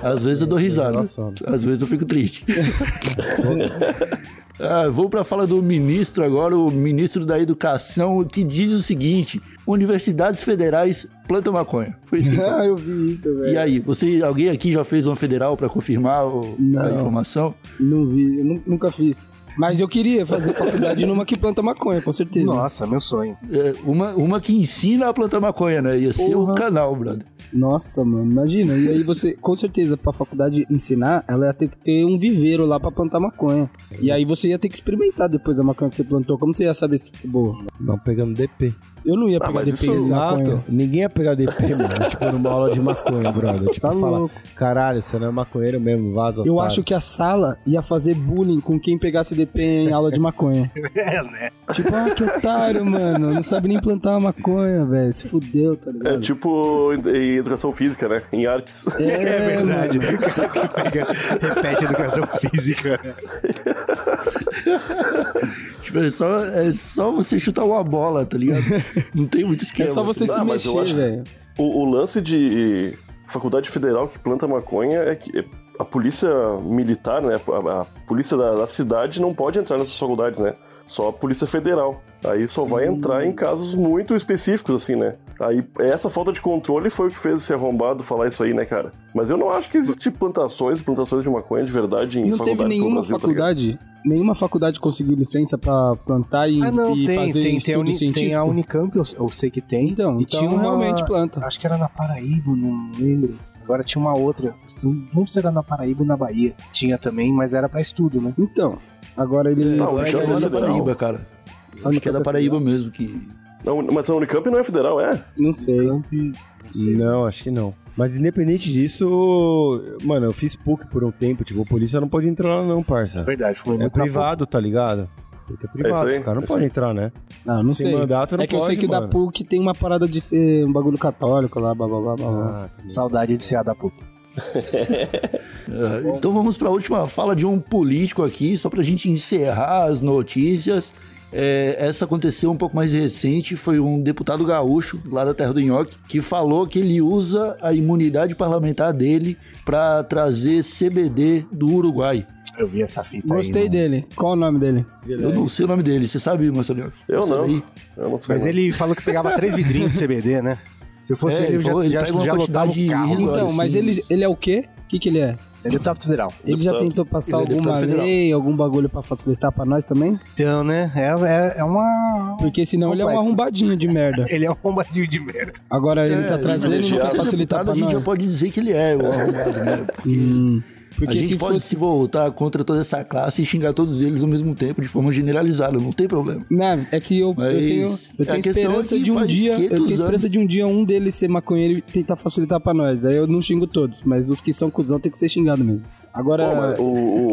Speaker 1: Às vezes eu dou risada.
Speaker 4: Relaciona.
Speaker 1: Às vezes eu fico triste. Ah, vou para a fala do ministro agora, o ministro da Educação, que diz o seguinte: universidades federais plantam maconha. Foi isso que ele
Speaker 6: (laughs) Ah,
Speaker 1: falou.
Speaker 6: eu vi isso,
Speaker 1: E
Speaker 6: velho.
Speaker 1: aí, você, alguém aqui já fez uma federal para confirmar o- a
Speaker 6: Não.
Speaker 1: informação?
Speaker 6: Não vi, eu nu- nunca fiz. Mas eu queria fazer faculdade numa que planta maconha, com certeza.
Speaker 5: Nossa, meu sonho. (laughs)
Speaker 1: É, uma, uma que ensina a plantar maconha, né? Ia ser o
Speaker 6: Porra.
Speaker 1: canal, brother.
Speaker 6: Nossa, mano, imagina. E aí você, com certeza, pra faculdade ensinar, ela ia ter que ter um viveiro lá pra plantar maconha. E aí você ia ter que experimentar depois a maconha que você plantou. Como você ia saber se ficou boa?
Speaker 4: Não pegando DP.
Speaker 6: Eu não ia
Speaker 2: Ah,
Speaker 6: pegar
Speaker 2: mas
Speaker 6: DP
Speaker 2: isso-
Speaker 6: de maconha.
Speaker 4: é Exato. Tá Ninguém ia pegar DP,
Speaker 6: (laughs)
Speaker 4: mano. tipo, numa aula de maconha, brother. Tipo,
Speaker 6: Tá
Speaker 4: fala,
Speaker 6: louco.
Speaker 4: caralho, você não é maconheiro mesmo, vaza.
Speaker 6: Eu
Speaker 4: otário."
Speaker 6: acho que (laughs) a sala ia fazer bullying com quem pegasse DP em aula
Speaker 2: (laughs)
Speaker 6: de maconha.
Speaker 5: É, né?
Speaker 6: Tipo, ah, que otário, mano. Não sabe nem plantar uma maconha, velho. Se fudeu, tá
Speaker 2: É
Speaker 6: ligado?
Speaker 2: tipo em- em educação física, né? Em artes. (laughs)
Speaker 6: É,
Speaker 5: verdade.
Speaker 6: mano.
Speaker 5: O cara que pega, repete educação física. né?
Speaker 1: Tipo, é só, é só você chutar uma bola, tá
Speaker 6: (laughs)
Speaker 1: ligado? Não tem muito
Speaker 6: É
Speaker 1: esquema.
Speaker 6: só você
Speaker 2: Ah,
Speaker 6: se
Speaker 2: mas eu
Speaker 6: mexer,
Speaker 2: acho-
Speaker 6: velho.
Speaker 2: O, o lance de faculdade federal que planta maconha é que a polícia militar, né? A, a polícia da, da cidade não pode entrar nessas faculdades, né? Só a polícia federal. Aí só vai
Speaker 6: Hum.
Speaker 2: entrar em casos muito específicos, assim, né? Aí essa falta de controle foi o que fez esse arrombado falar isso aí, né, cara? Mas eu não acho que existe plantações, plantações de maconha de verdade em
Speaker 6: Não teve
Speaker 2: faculdades pelo
Speaker 6: nenhuma
Speaker 2: Brasil, um tá ligado?
Speaker 6: faculdade. Nenhuma faculdade conseguiu licença pra plantar e,
Speaker 5: Ah, não,
Speaker 6: e
Speaker 5: tem,
Speaker 6: fazer
Speaker 5: tem, tem, a
Speaker 6: estudo
Speaker 5: Uni- tem
Speaker 6: científico.
Speaker 5: a Unicamp, eu, eu sei que tem.
Speaker 6: Então,
Speaker 5: e
Speaker 6: então
Speaker 5: tinha uma,
Speaker 6: realmente planta.
Speaker 5: Acho que era na Paraíba, não lembro. Agora tinha uma outra. Não lembro se era na Paraíba ou na Bahia. Tinha também, mas era pra estudo, né?
Speaker 6: Então, Agora ele.
Speaker 2: Não,
Speaker 1: Agora
Speaker 2: acho
Speaker 1: acho que
Speaker 2: que
Speaker 1: é
Speaker 2: é
Speaker 1: da
Speaker 2: federal.
Speaker 1: Paraíba, cara. Acho que é da Paraíba mesmo, que
Speaker 2: Não, mas a Unicamp não é federal,
Speaker 6: (laughs)
Speaker 2: é?
Speaker 6: Não sei.
Speaker 4: Não, acho que não. Mas independente disso, mano, eu fiz PUC por um tempo, tipo, a polícia não pode entrar lá não, parça.
Speaker 5: Verdade,
Speaker 4: É
Speaker 5: fumei muito na
Speaker 4: privado, tá ligado? Porque é privado,
Speaker 2: aí,
Speaker 4: os caras
Speaker 2: é
Speaker 4: não
Speaker 2: isso
Speaker 4: podem
Speaker 2: aí.
Speaker 4: entrar, né?
Speaker 6: Ah, não
Speaker 4: Sem
Speaker 6: sei.
Speaker 4: mandato não
Speaker 6: é que eu sei
Speaker 4: pode,
Speaker 6: que da
Speaker 4: mano.
Speaker 6: PUC tem uma parada de ser um bagulho católico lá, blá blá blá blá. blá.
Speaker 4: Ah,
Speaker 5: PUC. Saudade de ser da puta.
Speaker 1: É, Então vamos para a última fala de um político aqui, só para a gente encerrar as notícias. É, essa aconteceu um pouco mais recente, foi um deputado gaúcho lá da Terra do Nhoque que falou que ele usa a imunidade parlamentar dele para trazer CBD do Uruguai.
Speaker 5: Eu vi essa fita
Speaker 6: Gostei
Speaker 5: aí. mano.
Speaker 6: dele. Qual o nome dele?
Speaker 1: Eu não sei o nome dele, você sabe, Marcelo Nhoque?
Speaker 2: Eu
Speaker 1: Você
Speaker 2: não.
Speaker 1: daí?
Speaker 2: Eu não sei.
Speaker 5: Mas
Speaker 2: não.
Speaker 5: ele falou que pegava três vidrinhos de CBD, né? Se eu fosse
Speaker 1: É,
Speaker 5: ele, eu
Speaker 1: ele falou, ele
Speaker 5: já,
Speaker 1: pega uma
Speaker 5: já, já lotava
Speaker 1: quantidade
Speaker 5: o carro.
Speaker 1: irrisória.
Speaker 5: mano.
Speaker 6: Então,
Speaker 1: olha,
Speaker 6: mas
Speaker 1: sim.
Speaker 6: ele, ele é o quê? O que, que ele é?
Speaker 5: É deputado federal.
Speaker 6: Ele já
Speaker 2: Deputado.
Speaker 6: tentou passar
Speaker 1: Ele é deputado
Speaker 6: alguma
Speaker 1: federal.
Speaker 6: lei, algum bagulho pra facilitar pra nós também?
Speaker 5: Então, né? É, é, é uma...
Speaker 6: Porque senão ele é um
Speaker 5: Complexo.
Speaker 6: arrombadinho de merda.
Speaker 5: Ele é um bombadinho de merda.
Speaker 6: Agora ele tá trazendo
Speaker 1: Ele
Speaker 6: ele pra
Speaker 1: já é
Speaker 6: facilitar
Speaker 1: deputado,
Speaker 6: pra
Speaker 1: a gente já
Speaker 6: nós.
Speaker 1: pode dizer que ele é o arrombado, né?
Speaker 6: Hum,
Speaker 1: a
Speaker 6: (laughs) porque
Speaker 1: gente
Speaker 6: se
Speaker 1: pode
Speaker 6: fosse.
Speaker 1: se voltar contra toda essa classe e xingar todos eles ao mesmo tempo, de forma generalizada, não tem problema.
Speaker 6: Não, é que eu,
Speaker 1: Mas
Speaker 6: eu tenho, eu
Speaker 1: a
Speaker 6: tenho
Speaker 1: questão é
Speaker 6: esperança
Speaker 1: que
Speaker 6: de um
Speaker 1: faz
Speaker 6: dia. Eu
Speaker 1: 500
Speaker 6: tenho esperança de um dia um deles ser maconheiro e tentar facilitar pra nós. Aí eu não xingo todos, mas os que são cuzão tem que ser xingado mesmo. Agora.
Speaker 2: Pô, mas o,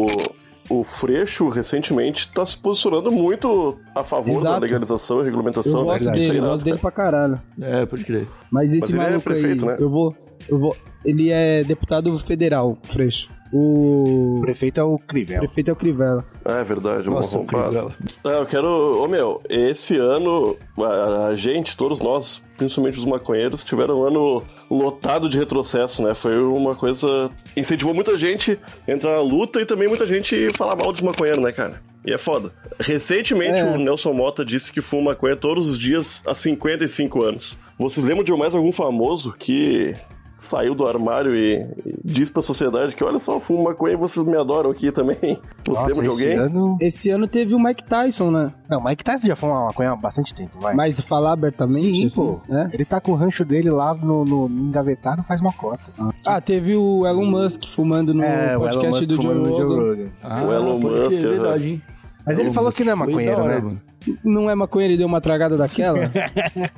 Speaker 2: o, o Freixo, recentemente, tá se posicionando muito a favor da
Speaker 6: Exato.
Speaker 2: legalização e
Speaker 6: eu
Speaker 2: regulamentação.
Speaker 6: gosto
Speaker 2: né? Isso
Speaker 6: dele,
Speaker 2: aí
Speaker 6: eu
Speaker 2: não,
Speaker 6: gosto dele
Speaker 2: cara.
Speaker 6: pra caralho.
Speaker 1: É, pode crer.
Speaker 6: Mas esse
Speaker 2: ele é
Speaker 6: maluco
Speaker 2: prefeito,
Speaker 6: aí,
Speaker 2: né?
Speaker 6: eu vou, eu vou. Ele é deputado federal, Freixo. O
Speaker 5: O prefeito é o Crivella.
Speaker 6: prefeito é o Crivella.
Speaker 2: É verdade, é um
Speaker 1: Nossa,
Speaker 2: arrombado.
Speaker 1: incrível.
Speaker 2: Ah, eu quero. Ô meu, esse ano, a, a gente, todos nós, principalmente os maconheiros, tiveram um ano lotado de retrocesso, né? Foi uma coisa. incentivou muita gente a entrar na luta e também muita gente falar mal dos maconheiros, né, cara? E é foda. Recentemente,
Speaker 6: É.
Speaker 2: o Nelson Mota disse que fuma maconha todos os dias há 55 anos. Vocês lembram de mais algum famoso que saiu do armário e, e diz pra sociedade que olha só, eu fumo maconha e vocês me adoram aqui também? Vocês lembram
Speaker 5: Nossa,
Speaker 2: de
Speaker 5: esse
Speaker 2: alguém?
Speaker 5: ano...
Speaker 6: Esse ano teve o Mike Tyson, né?
Speaker 5: Não, Mike Tyson já foi uma maconha há bastante tempo, vai.
Speaker 6: Mas falar abertamente.
Speaker 5: Sim,
Speaker 6: assim,
Speaker 5: pô.
Speaker 6: né?
Speaker 5: Ele tá com o rancho dele lá no, no engavetado, faz uma cota. É,
Speaker 6: Ah, teve o Elon Musk fumando no podcast do Joe
Speaker 5: fumando no
Speaker 6: Rogan.
Speaker 5: Rogan.
Speaker 1: Ah,
Speaker 2: O Elon
Speaker 1: pode crer,
Speaker 2: Musk,
Speaker 1: É
Speaker 2: é.
Speaker 1: verdade, hein?
Speaker 5: Mas ele
Speaker 1: Elon
Speaker 5: falou
Speaker 1: Musk
Speaker 5: que não é
Speaker 1: foi
Speaker 5: maconheiro,
Speaker 1: da hora,
Speaker 5: né?
Speaker 1: mano.
Speaker 6: Não é maconheiro e deu uma tragada daquela?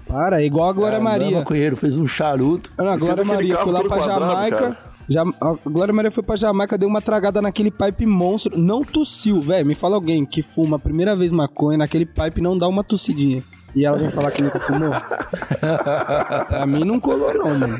Speaker 6: Para, é igual a Glória
Speaker 1: Ah, Não é
Speaker 6: Maria.
Speaker 1: maconheiro, fez um charuto.
Speaker 6: Ah, não, a
Speaker 2: Ele fez
Speaker 6: Glória
Speaker 2: aquele
Speaker 6: Maria
Speaker 2: carro
Speaker 6: foi lá
Speaker 2: todo
Speaker 6: pra
Speaker 2: quadrado,
Speaker 6: Jamaica.
Speaker 2: cara.
Speaker 6: Já, a Glória Maria foi pra Jamaica, deu uma tragada naquele pipe monstro. Não tossiu, velho. Me fala alguém que fuma a primeira vez maconha naquele pipe e não dá uma tossidinha. E ela vem falar que
Speaker 2: (laughs)
Speaker 6: nunca fumou? pra mim não colou, não, mano.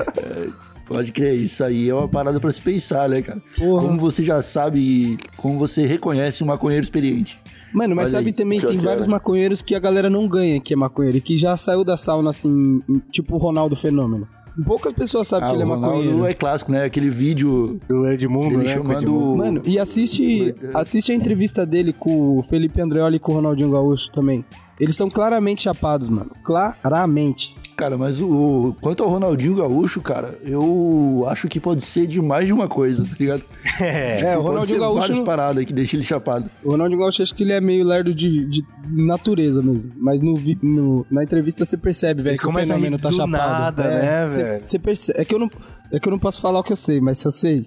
Speaker 1: Pode crer, isso aí é uma parada pra se pensar, né, cara?
Speaker 6: Porra.
Speaker 1: Como você já sabe, como você reconhece um maconheiro experiente.
Speaker 6: Mano, mas
Speaker 1: Olha
Speaker 6: sabe
Speaker 1: aí,
Speaker 6: também
Speaker 2: pior
Speaker 6: tem
Speaker 2: que é,
Speaker 6: vários
Speaker 2: né?
Speaker 6: maconheiros que a galera não ganha que é maconheiro e que já saiu da sauna assim, tipo o Ronaldo Fenômeno. Poucas pessoas sabem
Speaker 1: Ah,
Speaker 6: que ele é
Speaker 1: o
Speaker 6: maconheiro.
Speaker 1: Ronaldo é clássico, né? Aquele vídeo
Speaker 5: Do Edmundo,
Speaker 1: dele
Speaker 5: né? com o Edmundo.
Speaker 1: chamando...
Speaker 6: Mano, e assiste, assiste a entrevista dele com o Felipe Andreoli e com o Ronaldinho Gaúcho também. Eles são claramente chapados, mano. Claramente.
Speaker 1: Cara, mas o quanto ao Ronaldinho Gaúcho, cara, eu acho que pode ser de mais de uma coisa, tá ligado?
Speaker 5: (laughs) É.
Speaker 6: É, o
Speaker 1: Pode
Speaker 6: Ronaldinho
Speaker 1: ser
Speaker 6: Gaúcho.
Speaker 1: várias
Speaker 6: não-
Speaker 1: paradas que deixa ele chapado.
Speaker 6: O Ronaldinho Gaúcho acho que ele é meio lerdo de, de natureza mesmo. Mas no, vi- no- na entrevista você percebe, velho,
Speaker 5: Eles
Speaker 6: que o
Speaker 5: começam a rir
Speaker 6: fenômeno tá
Speaker 5: do
Speaker 6: chapado. É,
Speaker 5: nada, né,
Speaker 6: você-
Speaker 5: velho?
Speaker 6: Você percebe. É que eu não. É que eu não posso falar o que eu sei, mas se eu sei,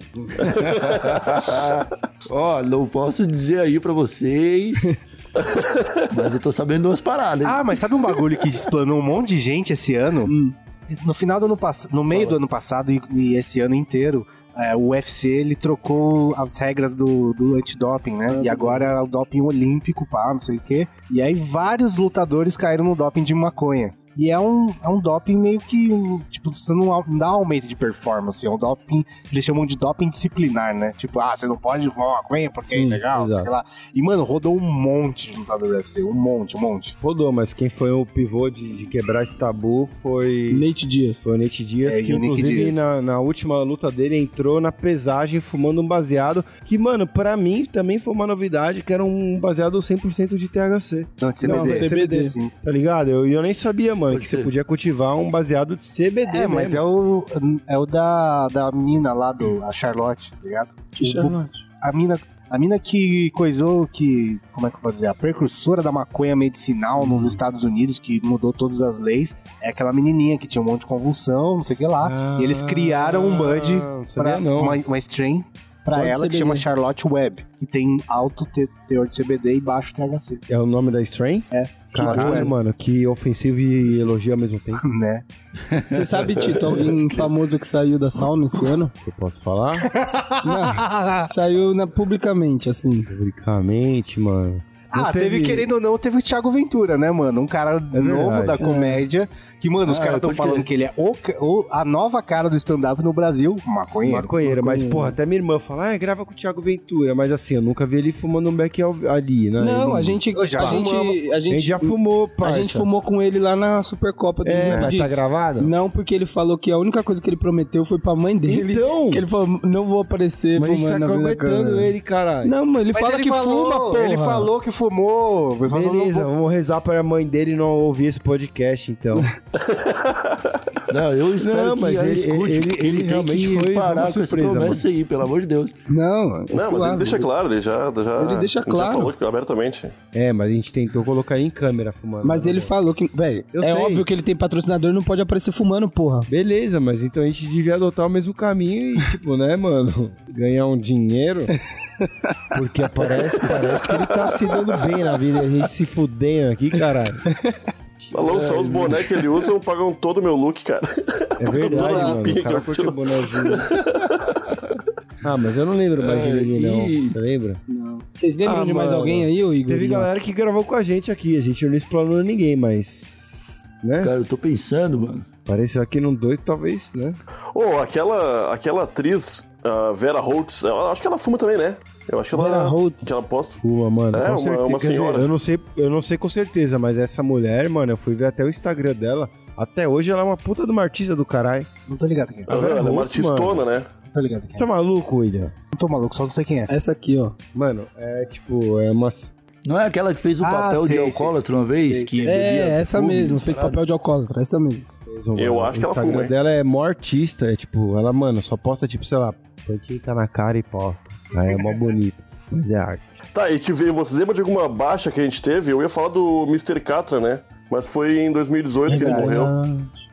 Speaker 1: Ó, não posso dizer aí pra
Speaker 6: (laughs)
Speaker 1: vocês, mas eu tô sabendo umas paradas.
Speaker 5: Ah, mas sabe um bagulho que explanou um monte de gente esse ano? No final do ano passado, no meio do ano passado e, e esse ano inteiro, é, o UFC ele trocou as regras do, do antidoping, né? E agora é o doping olímpico, pá, não sei o quê. E aí vários lutadores caíram no doping de maconha. E é um, é um doping meio que, um, tipo, você não au- não dá aumento de performance, é um doping, eles chamam de doping disciplinar, né? Tipo, ah, você não pode fumar maconha porque é
Speaker 4: Sim,
Speaker 5: ilegal, não sei o que lá. E, mano, rodou um monte de lutador do UFC, um monte, um monte.
Speaker 4: Rodou, mas quem foi o pivô de, de quebrar esse tabu foi.
Speaker 6: Nate Diaz.
Speaker 4: Foi o Nate Dias,
Speaker 5: É,
Speaker 4: que
Speaker 5: e o Nick
Speaker 4: inclusive
Speaker 5: Dias.
Speaker 4: na, na última luta dele entrou na pesagem fumando um baseado, que mano, pra mim também foi uma novidade, que era um baseado 100% de THC,
Speaker 5: Não, de CBD.
Speaker 4: Não, CBD.
Speaker 5: sim.
Speaker 4: tá ligado? Eu, e eu nem sabia, mano,
Speaker 1: Pode
Speaker 4: que
Speaker 1: ser.
Speaker 4: você podia cultivar um baseado de CBD,
Speaker 5: É, mas é o, é o da, da mina lá, do, a Charlotte, tá ligado? O- A mina, a mina que coisou, que, como é que eu posso dizer, a precursora da maconha medicinal nos Estados Unidos, que mudou todas as leis, é aquela menininha que tinha um monte de convulsão, não sei o que lá. e eles criaram um bud
Speaker 4: não sabia
Speaker 5: pra
Speaker 4: não.
Speaker 5: uma, uma strain pra
Speaker 6: Só de
Speaker 5: ela que
Speaker 6: CBD.
Speaker 5: chama Charlotte Webb, que tem alto te- teor de CBD e baixo THC.
Speaker 4: É o nome da strain?
Speaker 5: É.
Speaker 4: Caralho,
Speaker 5: Caralho.
Speaker 4: mano, que ofensivo e elogio ao mesmo tempo.
Speaker 5: (laughs) Né?
Speaker 6: Você sabe, Tito, alguém famoso que saiu da sauna esse ano?
Speaker 4: Eu posso
Speaker 5: (laughs)
Speaker 4: falar?
Speaker 6: Não, saiu na- publicamente, assim.
Speaker 4: Publicamente, mano. Não
Speaker 5: Ah, teve...
Speaker 4: teve-
Speaker 5: querendo ou não, teve o Thiago Ventura, né, mano? Um cara novo
Speaker 4: verdade.
Speaker 5: da comédia. Que, mano, os
Speaker 8: Ah,
Speaker 5: caras estão
Speaker 8: pode
Speaker 5: falando
Speaker 8: crer.
Speaker 5: que ele é o ca- o- a nova cara do stand-up no Brasil. Maconheiro.
Speaker 4: Maconheira, mas
Speaker 6: maconheiro.
Speaker 4: porra, até minha irmã fala, ah, grava com o Thiago Ventura, mas assim, eu nunca vi ele fumando um beck ao- ali, né?
Speaker 6: Não,
Speaker 4: Ele-
Speaker 6: a gente,
Speaker 5: Eu já
Speaker 6: a gente, a
Speaker 4: A
Speaker 6: gente,
Speaker 4: gente já fumou,
Speaker 6: a
Speaker 4: parça.
Speaker 6: gente fumou com ele lá na Supercopa dos
Speaker 4: É, mas tá
Speaker 6: Impedidos.
Speaker 4: gravado?
Speaker 6: Não, porque ele falou que a única coisa que ele prometeu foi pra mãe dele.
Speaker 4: Então!
Speaker 6: Que ele falou, não vou aparecer,
Speaker 4: Mas a gente tá
Speaker 6: fumando na frente da
Speaker 4: aguentando
Speaker 6: câmera."
Speaker 4: ele, caralho.
Speaker 6: Não, mano, ele
Speaker 5: Mas
Speaker 6: fala que fuma, porra.
Speaker 5: Ele falou que fumou. Ele falou, não
Speaker 4: Beleza,
Speaker 5: vou-
Speaker 4: vamos rezar para a mãe dele não ouvir esse podcast,
Speaker 6: (laughs)
Speaker 4: então.
Speaker 8: Não, eu espero
Speaker 4: Não,
Speaker 8: que
Speaker 4: mas
Speaker 8: ela
Speaker 4: ele-
Speaker 8: escute,
Speaker 4: ele-
Speaker 8: porque
Speaker 4: ele
Speaker 8: tem
Speaker 4: realmente
Speaker 8: que
Speaker 4: foi uma
Speaker 8: parar com essa
Speaker 4: surpresa,
Speaker 8: promessa aí, pelo amor de Deus.
Speaker 6: Não, é
Speaker 2: Não, mas ele
Speaker 6: suave.
Speaker 2: deixa claro, ele já. já
Speaker 6: Ele deixa
Speaker 2: Já
Speaker 6: claro.
Speaker 2: falou que- abertamente.
Speaker 4: É, mas a gente tentou colocar em câmera fumando.
Speaker 6: Mas
Speaker 4: né,
Speaker 6: ele
Speaker 4: velho?
Speaker 6: falou que, velho,
Speaker 4: Eu
Speaker 6: é
Speaker 4: sei.
Speaker 6: óbvio que ele tem patrocinador e não pode aparecer fumando, porra.
Speaker 4: Beleza, mas então a gente devia adotar o mesmo caminho e, (laughs) tipo, né, mano, ganhar um
Speaker 6: (laughs)
Speaker 4: dinheiro. Porque parece, parece que ele tá se dando bem na vida, a gente se fudendo aqui, caralho.
Speaker 6: É,
Speaker 2: Falou só os boné que ele
Speaker 6: (laughs)
Speaker 2: usa, pagam todo o meu look, cara. (laughs)
Speaker 4: É verdade,
Speaker 2: Dona
Speaker 4: mano. O
Speaker 2: Lupinha,
Speaker 4: cara
Speaker 2: eu
Speaker 4: curte
Speaker 2: tô-
Speaker 4: o bonezinho. Ah, mas eu não lembro mais de ninguém, não.
Speaker 8: e-
Speaker 4: Você lembra?
Speaker 6: Não. Vocês lembram
Speaker 4: Ah,
Speaker 6: de mais
Speaker 4: mano.
Speaker 6: alguém aí, ô Igor?
Speaker 4: Teve galera que gravou com a gente aqui. A gente não explanou ninguém, mas. Né?
Speaker 8: Cara, eu tô pensando, mano.
Speaker 4: Apareceu aqui num dois, talvez, né?
Speaker 2: Ô, aquela, aquela atriz, a Vera Holtz, eu acho que ela fuma também, né? Eu acho que ela.
Speaker 6: Vera Holtz.
Speaker 2: Que ela posta.
Speaker 4: Fuma, mano.
Speaker 2: É,
Speaker 4: com
Speaker 2: uma-
Speaker 4: certeza.
Speaker 2: uma
Speaker 4: Quer dizer,
Speaker 2: senhora.
Speaker 4: eu não sei, eu não sei com certeza, mas essa mulher, mano, eu fui ver até o Instagram dela. Até hoje ela é uma puta de uma artista do caralho.
Speaker 5: Não tô ligado quem é.
Speaker 2: Ela,
Speaker 4: Vera
Speaker 2: é uma
Speaker 4: Holtz, mano.
Speaker 2: artistona, né?
Speaker 5: Não tô ligado quem é.
Speaker 4: Tá maluco, William?
Speaker 5: Não tô maluco, só não sei quem é.
Speaker 6: Essa aqui, ó.
Speaker 4: Mano, é tipo, é umas.
Speaker 8: Não é aquela que fez o
Speaker 5: Ah,
Speaker 8: papel
Speaker 5: sei,
Speaker 8: de
Speaker 5: sei,
Speaker 8: alcoólatra uma vez?
Speaker 5: Sei,
Speaker 8: que
Speaker 5: sei.
Speaker 8: bebia
Speaker 6: É, essa
Speaker 8: clube,
Speaker 6: mesmo. Fez
Speaker 8: caralho.
Speaker 6: papel de alcoólatra, essa mesmo.
Speaker 2: Eu
Speaker 4: mano.
Speaker 2: acho que
Speaker 4: o
Speaker 2: ela
Speaker 4: Instagram
Speaker 2: fuma, hein?
Speaker 4: dela é mó artista, é tipo, ela, mano, só posta, tipo, sei lá, tá na cara e posta. Aí é mó bonito. Mas é arte.
Speaker 2: Tá, e que veio, vocês lembram de alguma baixa que a gente teve? Eu ia falar do Mr. Catra, né? Mas foi em 2018 que ele morreu.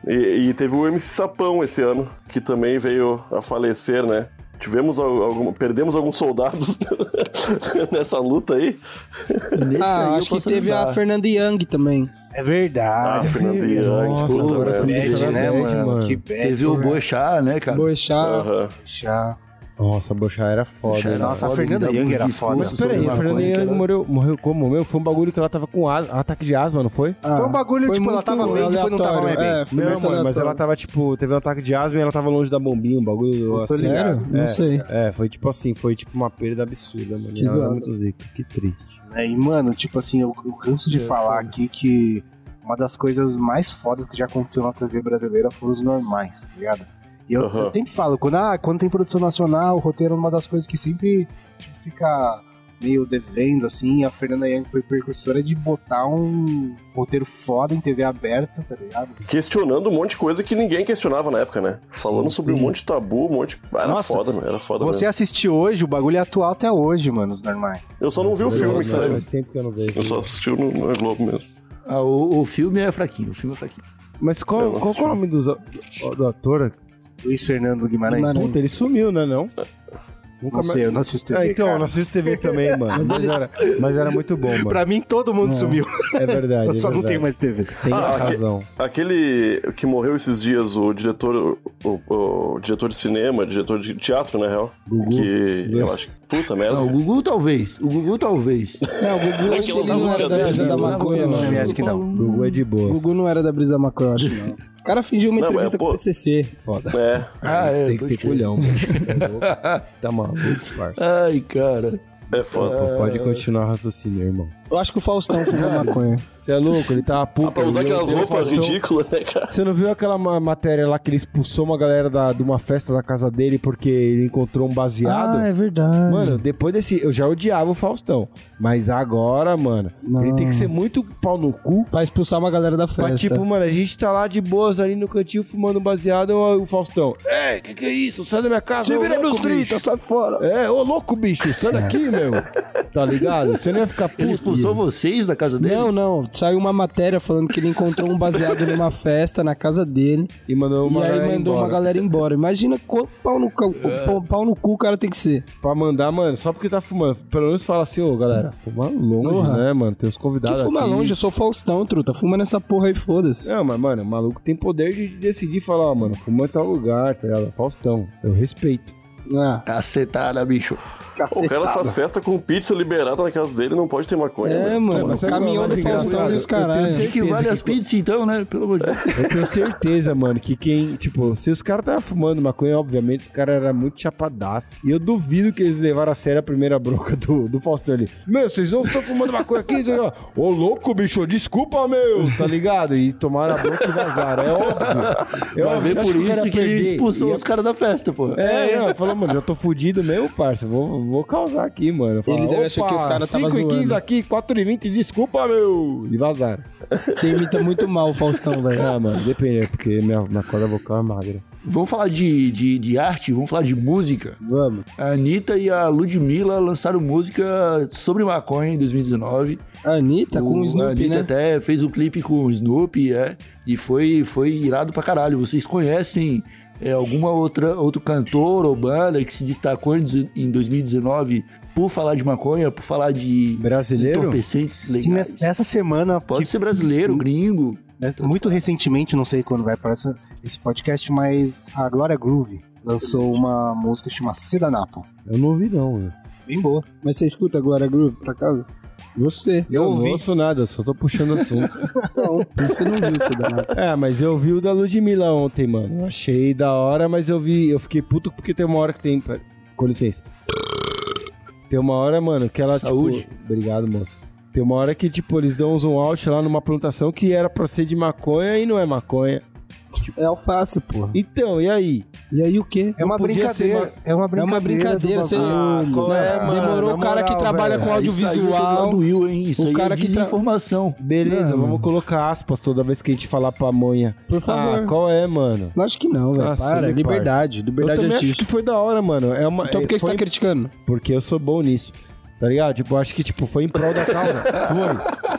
Speaker 2: E, e teve o MC Sapão esse ano, que também veio a falecer, né? Tivemos al- algum, perdemos alguns soldados (laughs) nessa luta aí.
Speaker 8: Nesse aí eu
Speaker 6: Ah, acho que
Speaker 8: posso
Speaker 6: teve
Speaker 8: ajudar.
Speaker 6: a Fernanda Young também.
Speaker 5: É verdade.
Speaker 2: Ah, Fernando Young,
Speaker 4: Ah, Nossa,
Speaker 2: puta
Speaker 4: agora
Speaker 2: merda.
Speaker 4: você me
Speaker 5: bad,
Speaker 4: deixou na
Speaker 5: né,
Speaker 4: bad,
Speaker 5: mano?
Speaker 4: mano.
Speaker 5: Que bad.
Speaker 8: Teve o
Speaker 5: velho.
Speaker 8: Boechat, né, cara?
Speaker 6: Boechat.
Speaker 2: Aham.
Speaker 5: Já.
Speaker 4: Nossa, a Bochá era foda.
Speaker 8: Boechat
Speaker 4: né?
Speaker 8: era
Speaker 5: Nossa, a
Speaker 8: foda,
Speaker 5: Fernanda
Speaker 8: ele dava
Speaker 5: Young
Speaker 8: uns
Speaker 5: era foda.
Speaker 8: discursos
Speaker 4: Mas peraí,
Speaker 8: sobre
Speaker 4: a Fernanda
Speaker 8: maconha, que
Speaker 4: Young é
Speaker 8: era-
Speaker 4: morreu, morreu como mesmo? Foi um bagulho que ela tava com asma, ataque de asma, não foi?
Speaker 6: Ah,
Speaker 5: Foi um bagulho, né?
Speaker 6: foi
Speaker 5: tipo, ela
Speaker 6: muito
Speaker 5: tava bem, depois não tava
Speaker 6: aleatório.
Speaker 5: mais bem.
Speaker 6: É, foi muito
Speaker 4: mas ela
Speaker 6: aleatório.
Speaker 4: tava, tipo, teve um ataque de asma e ela tava longe da bombinha, um bagulho
Speaker 5: tô
Speaker 4: assim.
Speaker 5: ligado.
Speaker 6: Não
Speaker 4: É.
Speaker 6: sei.
Speaker 4: É, foi tipo assim, foi tipo uma perda absurda, mano.
Speaker 6: Que
Speaker 4: Ela era
Speaker 6: zoado.
Speaker 4: muito zica, que triste.
Speaker 5: É, e, mano, tipo assim, eu, eu canso
Speaker 4: É
Speaker 5: de falar aqui que uma das coisas mais fodas que já aconteceu na TV brasileira foram os normais, tá ligado? E eu,
Speaker 2: Aham.
Speaker 5: eu sempre falo, quando, ah, quando tem produção nacional, o roteiro é uma das coisas que sempre tipo, fica meio devendo, assim. E a Fernanda Young foi precursora é de botar um roteiro foda em TV aberta, tá ligado?
Speaker 2: Questionando um monte de coisa que ninguém questionava na época, né? Falando sobre um monte de tabu, um monte. Era
Speaker 5: Nossa,
Speaker 2: foda, mano. Era foda
Speaker 5: Você
Speaker 2: mesmo.
Speaker 5: assistir hoje, o bagulho é atual até hoje, mano, os normais.
Speaker 2: Eu só não vi o filme,
Speaker 4: Nossa,
Speaker 2: sabe?
Speaker 4: Faz tempo que eu não vejo.
Speaker 2: Eu só assisti no, no Globo mesmo.
Speaker 8: Ah, o, o filme é fraquinho, o filme é fraquinho.
Speaker 4: Mas qual,
Speaker 2: Eu
Speaker 4: qual que é o nome dos, do, do ator?
Speaker 5: Luiz Fernando Guimarães.
Speaker 6: Guimarães.
Speaker 4: Puta, ele sumiu, né, não? Nunca
Speaker 5: Não sei, eu não assisto TV,
Speaker 4: Ah, então, eu
Speaker 5: cara.
Speaker 4: não assisto TV
Speaker 5: (laughs)
Speaker 4: também, mano. Mas, era, mas era muito bom, mano.
Speaker 5: Pra mim, todo mundo sumiu.
Speaker 4: É verdade.
Speaker 5: Eu (laughs) só
Speaker 4: é
Speaker 5: não
Speaker 4: verdade.
Speaker 5: tenho mais TV.
Speaker 4: Tem
Speaker 2: Ah,
Speaker 4: essa
Speaker 2: ok.
Speaker 4: razão.
Speaker 2: Aquele que morreu esses dias, o diretor. O, o- o diretor de cinema, diretor de teatro, na real.
Speaker 4: Gugu.
Speaker 2: Que
Speaker 4: Zé.
Speaker 2: eu acho que. Puta merda.
Speaker 8: Não, o Gugu talvez, o Gugu talvez.
Speaker 6: Não, o Gugu acho que ele não era da brisa
Speaker 4: né?
Speaker 6: da maconha, não.
Speaker 5: acho que não.
Speaker 4: O Gugu é de
Speaker 6: O
Speaker 4: boa.
Speaker 6: Gugu não era da brisa da maconha, eu acho não. O cara fingiu uma
Speaker 2: Não, mas,
Speaker 4: é,
Speaker 6: entrevista com
Speaker 2: pô,
Speaker 6: o PCC.
Speaker 4: Foda.
Speaker 2: É.
Speaker 8: Ah,
Speaker 4: Isso
Speaker 8: é,
Speaker 4: tem que
Speaker 8: pode
Speaker 4: ter
Speaker 8: crer.
Speaker 4: colhão, mano. Você é louco. Tá maluco, parça.
Speaker 8: Ai, cara.
Speaker 2: É foda.
Speaker 4: Pô, Pode continuar o raciocínio, irmão.
Speaker 6: Eu acho que o Faustão fumou maconha.
Speaker 4: Você é louco, ele tava puto.
Speaker 2: Ah, pra usar
Speaker 4: ele um
Speaker 2: aquelas
Speaker 4: deu- deu
Speaker 2: roupas
Speaker 4: Faustão.
Speaker 2: ridículas, né, cara?
Speaker 4: Você não viu aquela ma- matéria lá que ele expulsou uma galera da- de uma festa da casa dele porque ele encontrou um baseado?
Speaker 6: Ah, é verdade.
Speaker 4: Mano, depois desse. Eu já odiava o Faustão. Mas agora, mano, ele tem que ser
Speaker 6: Nossa.
Speaker 4: muito pau no cu.
Speaker 6: Pra expulsar uma galera da
Speaker 4: Pra
Speaker 6: festa.
Speaker 4: tipo, mano, a gente tá lá de boas ali no cantinho fumando um baseado, ó, o Faustão. É, que que é isso? Sai da minha casa, Se vira nos
Speaker 6: É.
Speaker 4: 30, sai fora. É, ô louco, bicho, sai daqui, meu. Tá ligado? Você não ia ficar puto.
Speaker 8: Ele Só vocês da casa dele?
Speaker 6: Não, não. Saiu uma matéria falando que ele encontrou um baseado numa festa na casa dele.
Speaker 4: E mandou uma
Speaker 6: e aí
Speaker 4: galera
Speaker 6: mandou
Speaker 4: embora. É.
Speaker 6: uma galera embora. Imagina quanto pau no, cu, pau, pau no cu o cara tem que ser.
Speaker 4: Pra mandar, mano, só porque tá fumando. Pelo menos fala assim, ô galera, fuma longe,
Speaker 6: Porra.
Speaker 4: né, mano? Tem os convidados
Speaker 6: Que fuma
Speaker 4: aqui. É.
Speaker 6: longe, eu sou Faustão, truta. Fuma nessa porra aí, foda-se.
Speaker 4: Não, mas, mano, o maluco tem poder de decidir falar, ó, mano, fuma em tal lugar, tá ligado? Faustão, eu respeito.
Speaker 6: Ah,
Speaker 8: Cacetada, bicho.
Speaker 2: O cara faz festa com pizza liberada na casa dele, não pode ter maconha.
Speaker 6: É,
Speaker 2: né?
Speaker 6: mano.
Speaker 4: mas sabe qual é o
Speaker 6: caminhão
Speaker 4: mais
Speaker 6: do Faustão
Speaker 4: engraçado?
Speaker 6: e os
Speaker 4: Eu tenho
Speaker 6: caralho.
Speaker 8: O que, que vale
Speaker 4: que
Speaker 8: as pizzas então, né? Pelo amor de Deus.
Speaker 4: Eu tenho certeza, mano, que quem, tipo, se os caras estavam fumando maconha, obviamente, os caras eram muito chapadaço. E eu duvido que eles levaram a sério a primeira bronca do, do Faustão ali. Meu, vocês não estão fumando maconha aqui? Vocês não- Ô, louco, bicho, desculpa, meu, tá ligado? E tomaram a bronca e vazaram, é óbvio. É
Speaker 8: Vai
Speaker 4: óbvio,
Speaker 8: ver
Speaker 4: você acha
Speaker 8: por
Speaker 4: o cara
Speaker 8: isso
Speaker 4: ia
Speaker 8: que ele
Speaker 4: perder?
Speaker 8: expulsou
Speaker 4: Ia-
Speaker 8: os caras da festa, pô.
Speaker 4: É, não, falou, mano, já tô fudido mesmo, parça. Vou, vou causar aqui, mano. Fala,
Speaker 6: Ele deve achar
Speaker 4: "Opa,
Speaker 6: que os caras tava
Speaker 4: 5 e 15
Speaker 6: zoando."
Speaker 4: aqui, 4 e 20, desculpa, meu. E vazaram.
Speaker 6: Você imita muito mal o Faustão, velho.
Speaker 4: Ah, mano, depende, porque minha, minha corda vocal é magra.
Speaker 8: Vamos falar de, de, de arte, vamos falar de música.
Speaker 4: Vamos.
Speaker 8: A Anitta e a Ludmilla lançaram música sobre maconha em 2019.
Speaker 6: A Anitta Tá com o
Speaker 8: a
Speaker 6: Snoopy,
Speaker 8: Anitta
Speaker 6: né?
Speaker 8: até fez um clipe com o Snoopy, é. E foi, foi irado pra caralho. Vocês conhecem é, alguma outra outro cantor ou banda que se destacou em dezen- em 2019 por falar de maconha, por falar de
Speaker 4: Brasileiro?
Speaker 8: entorpecentes
Speaker 6: é
Speaker 5: Sim,
Speaker 8: legais?
Speaker 5: nessa, nessa Então, semana, tipo,
Speaker 8: Pode
Speaker 6: tipo,
Speaker 5: que-
Speaker 8: ser brasileiro, gringo.
Speaker 5: né, muito recentemente, não sei quando vai para essa- esse podcast, mas a Glória Groove lançou uma música chamada Sedanapo.
Speaker 4: Eu não ouvi, não, mano.
Speaker 5: Bem boa.
Speaker 6: Mas você escuta agora, Groove, por acaso? Você.
Speaker 4: Eu
Speaker 5: Eu
Speaker 4: não
Speaker 5: ouvi.
Speaker 4: ouço nada, só tô puxando assunto.
Speaker 6: Não, você não viu (laughs) isso danado.
Speaker 4: (laughs) é, mas eu vi o da Ludmilla ontem, mano. Eu achei da hora, mas eu vi. Eu fiquei puto porque tem uma hora que tem. pera, Com licença. Tem uma hora, mano, que ela.
Speaker 8: Saúde.
Speaker 4: Tipo, obrigado, moço. Tem uma hora que, tipo, eles dão um zoom out lá numa plantação que era pra ser de maconha e não é maconha.
Speaker 6: É alface, porra.
Speaker 4: Então, e aí?
Speaker 6: E aí o quê?
Speaker 5: É uma
Speaker 4: podia ser
Speaker 5: brincadeira. É uma
Speaker 6: É
Speaker 5: brincadeira.
Speaker 6: uma brincadeira,
Speaker 5: do
Speaker 6: você... Ah,
Speaker 5: bagulho.
Speaker 4: qual é,
Speaker 6: Não,
Speaker 4: mano?
Speaker 6: Demorou
Speaker 4: Na
Speaker 6: o cara
Speaker 4: moral,
Speaker 6: que trabalha
Speaker 4: velho.
Speaker 6: com
Speaker 8: Isso aí é do lado
Speaker 6: audiovisual.
Speaker 8: do Will, hein? Isso
Speaker 6: O
Speaker 8: aí
Speaker 6: cara
Speaker 8: é
Speaker 6: que tra-
Speaker 8: desinformação.
Speaker 4: Beleza, vamos colocar aspas toda vez que a gente falar pamonha.
Speaker 6: Por favor.
Speaker 4: Ah, qual é, mano?
Speaker 6: Lógico que não, velho.
Speaker 4: Ah,
Speaker 6: Para,
Speaker 4: sim,
Speaker 6: liberdade.
Speaker 4: eu
Speaker 6: Liberdade
Speaker 4: também acho que
Speaker 6: artística.
Speaker 4: foi da hora, mano. É uma,
Speaker 6: Então por que
Speaker 4: é-
Speaker 6: você
Speaker 4: foi
Speaker 6: tá criticando?
Speaker 4: Porque eu sou bom nisso. Tá ligado? Tipo, eu acho que tipo, foi em prol da
Speaker 6: (laughs)
Speaker 4: causa. Foi.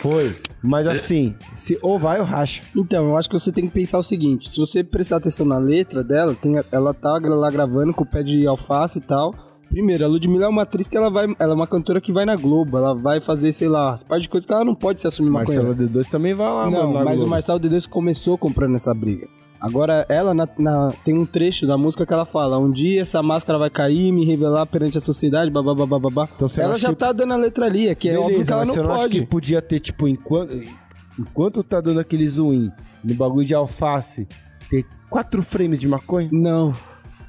Speaker 4: Foi. Mas assim, se ou vai ou racha.
Speaker 6: Então, eu acho que você tem que pensar o seguinte: se você prestar atenção na letra dela, tem, a- ela tá gra- lá gravando com o pé de alface e tal. Primeiro, a Ludmilla é uma atriz que ela vai. Ela é uma cantora que vai na Globo, ela vai fazer, sei lá, as partes de coisa que ela não pode se assumir
Speaker 4: Marcelo
Speaker 6: maconheira.
Speaker 4: D2 também vai lá,
Speaker 6: não,
Speaker 4: mano. na
Speaker 6: mas
Speaker 4: Globo.
Speaker 6: o Marcelo de Deus começou comprando essa briga. Agora, ela na- na- tem um trecho da música que ela fala: Um dia essa máscara vai cair, me revelar perante a sociedade, babá.
Speaker 4: Então você não
Speaker 6: ela
Speaker 4: acha
Speaker 6: já
Speaker 4: que-
Speaker 6: tá dando a letra ali, é que é óbvio
Speaker 4: Beleza,
Speaker 6: que ela
Speaker 4: mas
Speaker 6: não
Speaker 4: você não acha
Speaker 6: pode.
Speaker 4: que podia ter, tipo, enquanto, enquanto tá dando aquele zoom no bagulho de alface, ter quatro frames de maconha?
Speaker 6: Não.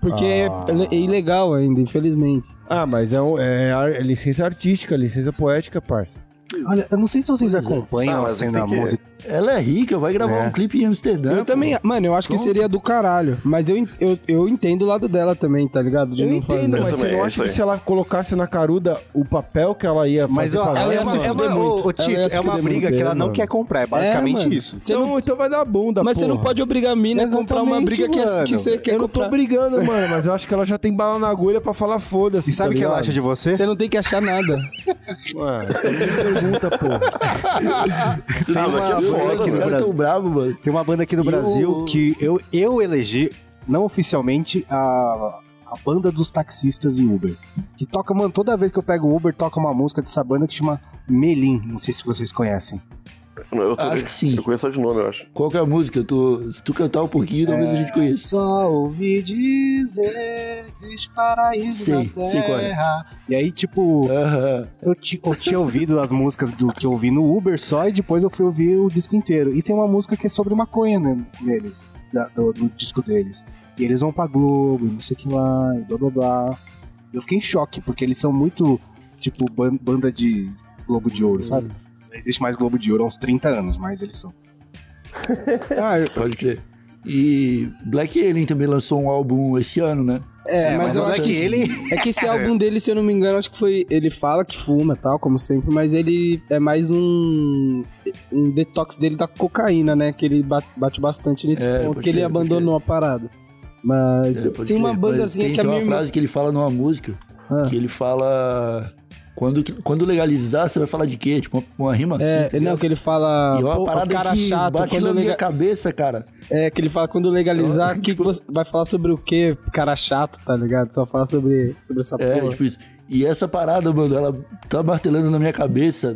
Speaker 6: Porque é-
Speaker 4: Ah.
Speaker 6: é ilegal ainda, infelizmente.
Speaker 4: Ah, mas é, um, é, ar- é licença artística, licença poética, parça.
Speaker 5: Olha, eu não sei se vocês
Speaker 2: Ah,
Speaker 5: acompanham a
Speaker 2: mas
Speaker 5: cena
Speaker 2: tem que-
Speaker 5: musical.
Speaker 8: Ela é rica, vai gravar um clipe em Amsterdã.
Speaker 6: Eu
Speaker 8: pô.
Speaker 6: também, mano, eu acho que
Speaker 8: Pronto.
Speaker 6: seria do caralho. Mas eu, en- eu, eu entendo o lado dela também, tá ligado? De
Speaker 4: Eu
Speaker 6: não
Speaker 4: entendo,
Speaker 6: fazer.
Speaker 4: mas
Speaker 2: Eu
Speaker 4: você
Speaker 2: também,
Speaker 4: não
Speaker 2: é
Speaker 4: acha
Speaker 2: isso
Speaker 4: que
Speaker 2: aí.
Speaker 4: se ela colocasse na caruda o papel que ela ia fazer
Speaker 5: Mas ó,
Speaker 4: pra
Speaker 5: ela é
Speaker 4: nós,
Speaker 5: ia se
Speaker 4: mano?
Speaker 5: fuder muito. Ô, Tito,
Speaker 6: Ela ia se
Speaker 5: é uma
Speaker 6: fuder
Speaker 5: briga
Speaker 4: muito,
Speaker 5: que ela não
Speaker 4: mano.
Speaker 5: quer comprar. É basicamente
Speaker 6: mano.
Speaker 5: isso.
Speaker 6: Você
Speaker 4: Então,
Speaker 6: não-
Speaker 4: então vai dar bunda,
Speaker 6: mas você não
Speaker 4: porra.
Speaker 6: pode obrigar a mina a comprar uma
Speaker 5: Exatamente,
Speaker 6: briga que, é, que
Speaker 5: mano.
Speaker 6: você quer
Speaker 4: Eu não tô
Speaker 6: comprar.
Speaker 4: brigando, mano, mas eu acho que ela já tem bala na agulha pra falar foda-se.
Speaker 5: E sabe o
Speaker 4: tá
Speaker 5: que ela
Speaker 4: ligado?
Speaker 5: acha de você?
Speaker 6: Você não tem que achar nada.
Speaker 4: Mano, então me pergunta, (laughs) porra.
Speaker 5: Tem
Speaker 2: Ah, mas
Speaker 5: uma
Speaker 2: que
Speaker 5: banda
Speaker 2: foda,
Speaker 5: aqui
Speaker 8: Os
Speaker 4: né?
Speaker 5: no
Speaker 8: caras
Speaker 5: Brasil.
Speaker 8: tão bravos, mano.
Speaker 5: Tem uma banda aqui no
Speaker 8: E
Speaker 5: Brasil
Speaker 8: o-
Speaker 5: que eu, eu elegi, não oficialmente, a, a banda dos taxistas e Uber. Que toca, mano, toda vez que eu pego o Uber, toca uma música dessa banda que chama Melim. Não sei se vocês conhecem.
Speaker 2: Eu, também-
Speaker 8: Acho que sim.
Speaker 2: eu conheço só de nome, eu acho.
Speaker 8: Qual que é a música? Eu tô- se tu cantar um pouquinho, talvez
Speaker 6: É.
Speaker 8: a gente conheça.
Speaker 5: Só ouvi dizer que existe paraíso
Speaker 8: Sei,
Speaker 5: na
Speaker 8: sei qual é.
Speaker 5: terra. E aí, tipo,
Speaker 8: Aham.
Speaker 5: eu, ti- eu tinha ouvido as músicas do que eu ouvi no Uber só e depois eu fui ouvir o disco inteiro. E tem uma música que é sobre maconha né, neles, da- do, do disco deles. E eles vão pra Globo, e não sei o que lá, e blá blá blá. Eu fiquei em choque, porque eles são muito, tipo, ban- banda de Globo de Ouro, sabe? Não existe mais Globo de Ouro há uns 30 anos, mas eles são.
Speaker 6: Ah, eu-
Speaker 8: Pode crer. E Black Alien também lançou um álbum esse ano, né?
Speaker 6: é, mas, eu
Speaker 5: olha
Speaker 6: acho
Speaker 5: que ele.
Speaker 6: É que esse álbum dele, se eu não me engano, acho que foi. Ele fala que fuma tal, como sempre, mas ele é mais um. Um detox dele da cocaína, né? Que ele bate, bate bastante nesse
Speaker 8: É,
Speaker 6: ponto,
Speaker 8: pode
Speaker 6: que ele
Speaker 8: crer, pode
Speaker 6: abandonou a parada. Mas
Speaker 8: É, pode
Speaker 6: tem uma
Speaker 8: crer. Mas
Speaker 6: bandazinha
Speaker 8: tem,
Speaker 6: que é a
Speaker 8: tem
Speaker 6: minha
Speaker 8: uma
Speaker 6: irmã.
Speaker 8: frase que ele fala numa música,
Speaker 6: Ah.
Speaker 8: que ele fala Quando, quando legalizar, você vai falar de quê? Tipo, uma, uma rima
Speaker 6: É,
Speaker 8: assim. tá
Speaker 6: não,
Speaker 8: ligado?
Speaker 6: que ele fala.
Speaker 8: E é uma
Speaker 6: "Pô,
Speaker 8: parada
Speaker 6: cara
Speaker 8: que
Speaker 6: chato.
Speaker 8: bate
Speaker 6: Quando
Speaker 8: na minha
Speaker 6: lega-
Speaker 8: cabeça, cara.
Speaker 6: É, que ele fala quando legalizar,
Speaker 8: Eu-
Speaker 6: que que você vai falar sobre o quê? Cara chato, tá ligado? Só falar sobre, sobre essa
Speaker 8: É,
Speaker 6: porra.
Speaker 8: tipo isso. E essa parada, mano, ela tá martelando na minha cabeça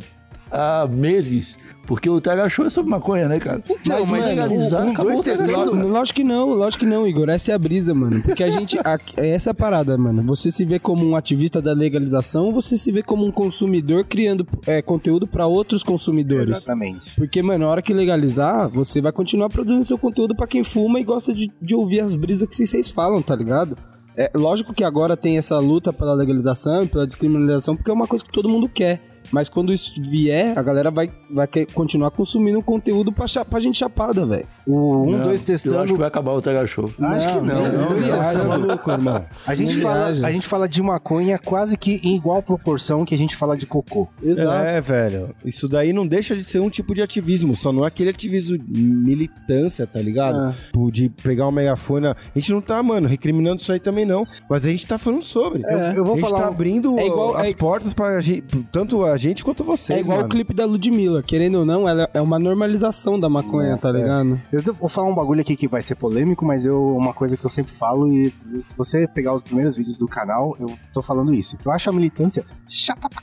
Speaker 8: há meses. Porque o TH Show é sobre maconha, né, cara?
Speaker 5: Então, mas
Speaker 8: se
Speaker 5: o-
Speaker 8: legalizar,
Speaker 5: um,
Speaker 8: acabou
Speaker 5: dois
Speaker 8: o
Speaker 1: né,
Speaker 8: TH Show.
Speaker 5: testando.
Speaker 6: Lo- Lógico que não, lógico que não, Igor. Essa é a brisa, mano. Porque a gente. a- é essa a parada, mano. Você se vê como um ativista da legalização ou você se vê como um consumidor criando é, conteúdo pra outros consumidores?
Speaker 5: Exatamente.
Speaker 6: Porque, mano, na hora que legalizar, você vai continuar produzindo seu conteúdo pra quem fuma e gosta de, de ouvir as brisas que vocês falam, tá ligado? É lógico que agora tem essa luta pela legalização e pela descriminalização, porque é uma coisa que todo mundo quer. Mas quando isso vier, a galera vai, vai que- continuar consumindo conteúdo pra, cha- pra gente chapada, velho.
Speaker 5: O um,
Speaker 8: Não,
Speaker 5: dois
Speaker 8: Eu acho
Speaker 5: testando.
Speaker 8: que vai acabar o TH Show.
Speaker 5: Acho que não.
Speaker 6: não,
Speaker 5: Um, dois
Speaker 6: não,
Speaker 5: testando.
Speaker 6: não.
Speaker 4: Maluco, irmão.
Speaker 5: A gente,
Speaker 6: Não
Speaker 5: fala,
Speaker 6: viaja.
Speaker 5: a gente fala de maconha quase que em igual proporção que a gente fala de cocô.
Speaker 6: (laughs) Exato.
Speaker 4: É, velho. Isso daí não deixa de ser um tipo de ativismo, só não é aquele ativismo de militância, tá ligado?
Speaker 6: Ah.
Speaker 4: Tipo, De pegar o megafone. A gente não tá, mano, recriminando isso aí também não. Mas a gente tá falando sobre.
Speaker 6: É.
Speaker 4: Eu vou a gente
Speaker 5: falar
Speaker 4: tá
Speaker 5: um-
Speaker 4: abrindo
Speaker 6: É igual-
Speaker 4: as
Speaker 6: é-
Speaker 4: portas pra gente, tanto a gente quanto vocês,
Speaker 6: É igual
Speaker 4: mano.
Speaker 6: o clipe da Ludmilla, querendo ou não, ela é uma normalização da
Speaker 4: É,
Speaker 6: maconha, tá ligado?
Speaker 5: Eu devo- vou falar um bagulho aqui que vai ser polêmico, mas eu uma coisa que eu sempre falo e se você pegar os primeiros vídeos do canal, eu tô falando isso. Eu acho a militância chata pra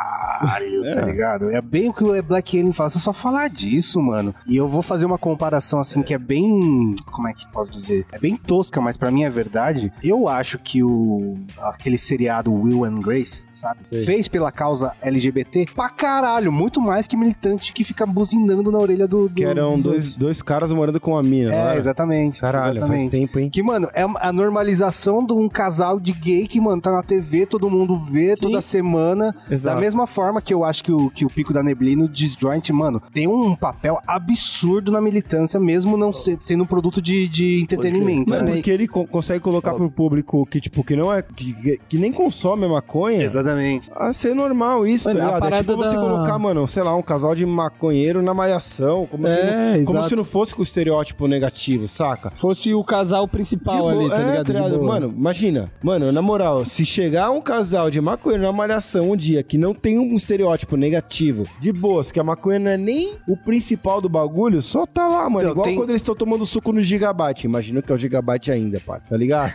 Speaker 5: caralho, tá ligado? É bem o que o Black Alien fala, você só falar disso, mano. E eu vou fazer uma comparação assim que é bem, como é que posso dizer? É bem tosca, mas pra mim é verdade. Eu acho que o aquele seriado Will and Grace, sabe? Fez pela causa LGBT pra caralho, muito mais que militante que fica buzinando na orelha do, do
Speaker 4: Que eram
Speaker 5: do-
Speaker 4: dois, dois caras morando com uma mina. não
Speaker 5: é,
Speaker 4: era?
Speaker 5: exatamente.
Speaker 4: Caralho,
Speaker 5: exatamente.
Speaker 4: faz tempo, hein?
Speaker 5: Que, mano, é a normalização de um casal de gay que, mano, tá na TV, todo mundo vê toda semana. Da mesma forma que eu acho que o, que o Pico da Neblina, o Disjoint, mano, tem um papel absurdo na militância, mesmo não se- sendo um produto de, de entretenimento.
Speaker 4: Não,
Speaker 5: né?
Speaker 4: porque ele co- consegue colocar pro público que, tipo, que não é. que, que- que nem consome a maconha.
Speaker 5: Exatamente.
Speaker 4: A ser normal isso,
Speaker 6: Mano,
Speaker 4: tá
Speaker 6: a
Speaker 4: ligado? É
Speaker 6: parada
Speaker 4: tipo você
Speaker 6: da-
Speaker 4: colocar, mano, sei lá, um casal de maconheiro na malhação, como, se, não,
Speaker 6: É,
Speaker 4: como
Speaker 6: exato.
Speaker 4: se não fosse com o estereótipo negativo, saca?
Speaker 6: Fosse o casal principal
Speaker 4: De
Speaker 6: ali,
Speaker 4: boa-
Speaker 6: tá
Speaker 4: é,
Speaker 6: ligado?
Speaker 4: tá
Speaker 6: De
Speaker 4: ligado?
Speaker 6: boa.
Speaker 4: Mano, imagina. Mano, na moral, se chegar um casal de maconheiro na malhação um dia que não tem um estereótipo negativo, de boas, que a maconha não é nem o principal do bagulho, só tá lá, mano.
Speaker 5: Então,
Speaker 4: Igual
Speaker 5: tem-
Speaker 4: quando eles estão tomando suco no gigabyte. Imagina que é o gigabyte ainda, parça, tá
Speaker 5: (laughs)
Speaker 4: ligado?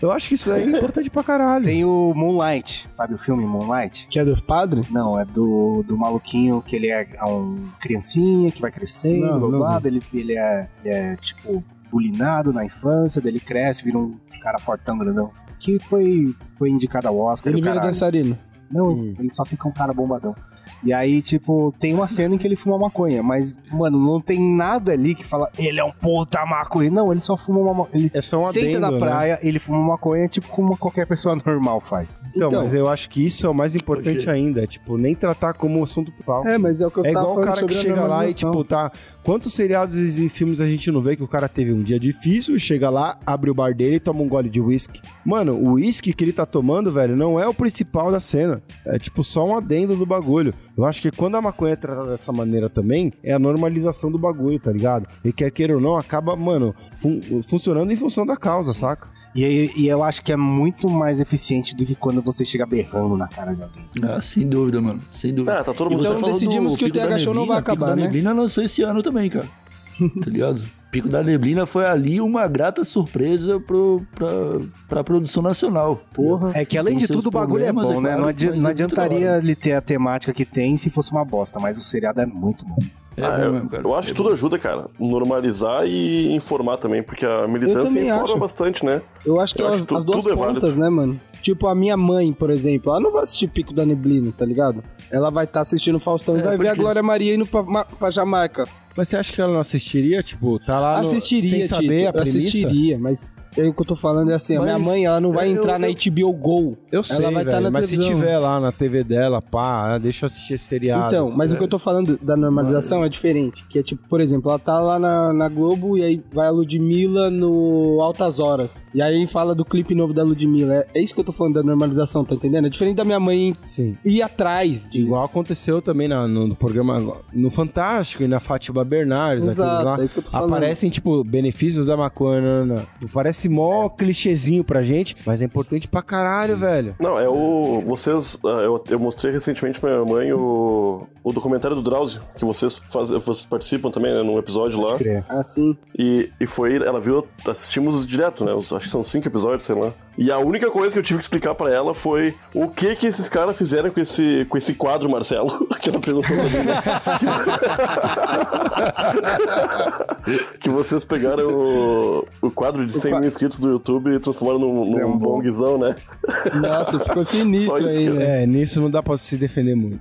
Speaker 4: Eu acho que isso aí é importante pra caralho.
Speaker 5: Tem o Moonlight, sabe o filme Moonlight?
Speaker 6: Que é do padre?
Speaker 5: Não, é do, do maluquinho que ele é um criancinha que vai crescendo,
Speaker 6: Não,
Speaker 5: blá,
Speaker 6: não,
Speaker 5: blá, daí Ele, ele, é, ele é, tipo, bulinado na infância, daí ele cresce, vira um cara fortão, grandão. Que foi, foi indicado ao Oscar.
Speaker 6: Ele
Speaker 5: o
Speaker 6: vira
Speaker 5: caralho.
Speaker 6: dançarino.
Speaker 5: Não,
Speaker 8: Hum.
Speaker 5: ele só fica um cara bombadão. E aí, tipo, tem uma cena em que
Speaker 8: (laughs)
Speaker 5: ele fuma maconha, mas, mano, não tem nada ali que fala, ele é um puta maconha. Não, ele só fuma uma maconha. Ele
Speaker 4: É só um
Speaker 5: senta
Speaker 4: adendo,
Speaker 5: na
Speaker 4: né?
Speaker 5: praia, ele fuma maconha, tipo como
Speaker 4: (laughs)
Speaker 5: qualquer pessoa normal faz.
Speaker 4: Então,
Speaker 6: Então.
Speaker 4: mas eu acho que isso é o mais importante
Speaker 8: Porque-
Speaker 4: ainda. é, Tipo, nem tratar como assunto principal.
Speaker 6: É, mas é o que eu
Speaker 4: É
Speaker 6: tava
Speaker 4: igual o
Speaker 6: falando
Speaker 4: cara que
Speaker 6: sobre a
Speaker 4: chega lá e,
Speaker 6: normalização.
Speaker 4: tipo, tá. Quantos seriados e filmes a gente não vê que o cara teve um dia difícil, chega lá, abre o bar dele e toma um gole de uísque? Mano, o uísque que ele tá tomando, velho, não é o principal da cena. É, tipo, só um adendo (laughs) do bagulho. Eu acho que quando a maconha é tratada dessa maneira também, é a normalização do bagulho, tá ligado? E quer queira ou não, acaba, mano, fun- funcionando em função da causa, saca?
Speaker 5: E, aí- e eu acho que é muito mais eficiente do que quando você chega berrando na cara de alguém.
Speaker 8: Ah, sem dúvida, mano. Sem dúvida.
Speaker 2: É, tá todo mundo-
Speaker 8: Você
Speaker 2: Então
Speaker 8: falou do
Speaker 6: decidimos que o
Speaker 8: Pico da
Speaker 6: TH Show não vai
Speaker 8: Neblina.
Speaker 6: acabar,
Speaker 8: Pico da
Speaker 6: né?
Speaker 8: Neblina lançou esse ano também, (laughs) cara. tá ligado? Pico da Neblina foi ali uma grata surpresa pro, pra, pra produção nacional. Porra.
Speaker 5: É que além
Speaker 8: Com
Speaker 5: de
Speaker 8: seus
Speaker 5: tudo o bagulho é
Speaker 8: problemas,
Speaker 5: bom,
Speaker 8: é
Speaker 5: né?
Speaker 8: claro,
Speaker 5: não, adi-
Speaker 8: mas é
Speaker 5: não
Speaker 8: muito da
Speaker 5: adiantaria
Speaker 8: hora.
Speaker 5: ele ter a temática que tem se fosse uma bosta, mas o seriado é muito bom.
Speaker 8: É
Speaker 2: Ah,
Speaker 8: bom
Speaker 2: eu-
Speaker 8: mesmo, cara.
Speaker 2: Eu acho
Speaker 8: É
Speaker 2: que tudo ajuda, cara. Normalizar e informar também, porque a militância
Speaker 6: também
Speaker 2: informa
Speaker 6: acho.
Speaker 2: bastante, né?
Speaker 6: Eu acho que
Speaker 2: Eu acho
Speaker 6: as,
Speaker 2: que tu-
Speaker 6: as duas
Speaker 2: tudo é válido.
Speaker 6: pontas, né, mano? Tipo, a minha mãe, por exemplo, ela não vai assistir Pico da Neblina, tá ligado? Ela vai estar assistindo Faustão e
Speaker 8: É,
Speaker 6: vai
Speaker 8: pode
Speaker 6: ver a
Speaker 8: crer.
Speaker 6: Glória Maria indo pra, ma- pra Jamaica.
Speaker 4: Mas você acha que ela não assistiria? Tipo, tá lá no-
Speaker 6: assistiria,
Speaker 4: sem saber
Speaker 6: Tito,
Speaker 4: a premissa?
Speaker 6: assistiria, mas é o que eu tô falando é assim, a minha
Speaker 4: Mas
Speaker 6: mãe, ela não vai
Speaker 4: eu-
Speaker 6: entrar na
Speaker 4: eu-
Speaker 6: HBO Go.
Speaker 4: Eu sei,
Speaker 6: vai
Speaker 4: velho,
Speaker 6: tá na
Speaker 4: mas se
Speaker 6: televisão.
Speaker 4: tiver lá na TV dela, pá, ah, deixa eu assistir esse seriado.
Speaker 6: Então, mas o que eu tô falando da normalização é diferente. Que é tipo, por exemplo, ela tá lá na, na Globo e aí vai a Ludmilla no Altas Horas. E aí fala do clipe novo da Ludmilla. É, é isso que eu tô falando da normalização, tá entendendo? É diferente da minha mãe
Speaker 4: Sim.
Speaker 6: ir atrás disso.
Speaker 4: Igual aconteceu também na- no, no programa no Fantástico e na Fátima Fátima Bernardes,
Speaker 6: Exato,
Speaker 4: aqueles lá.
Speaker 6: é isso que eu tô falando.
Speaker 4: aparecem, tipo, benefícios da maconha. Não, não, não. Parece mó clichêzinho pra gente, mas é importante pra caralho, velho.
Speaker 2: Não, é o. Vocês. ah, Eu, eu mostrei recentemente pra minha mãe o, o documentário do Drauzio, que vocês, faz, vocês participam também, né, num episódio lá.
Speaker 5: crer.
Speaker 6: Assim.
Speaker 2: E, e foi. Ela viu. Assistimos direto, né? os- acho que são cinco episódios, sei lá. E a única coisa que eu tive que explicar pra ela foi o que que esses caras fizeram com esse, com esse quadro, Marcelo. (laughs) que ela perguntou pra mim. né? (laughs) que vocês pegaram o, o quadro de 100 mil inscritos do YouTube e transformaram num,
Speaker 5: Isso é
Speaker 2: num
Speaker 5: um bom.
Speaker 2: bongzão, né?
Speaker 6: Nossa, ficou
Speaker 2: (laughs) Só
Speaker 6: sinistro
Speaker 2: isso que
Speaker 6: aí,
Speaker 2: eu-
Speaker 6: né?
Speaker 4: É, nisso não dá pra se defender (laughs) muito.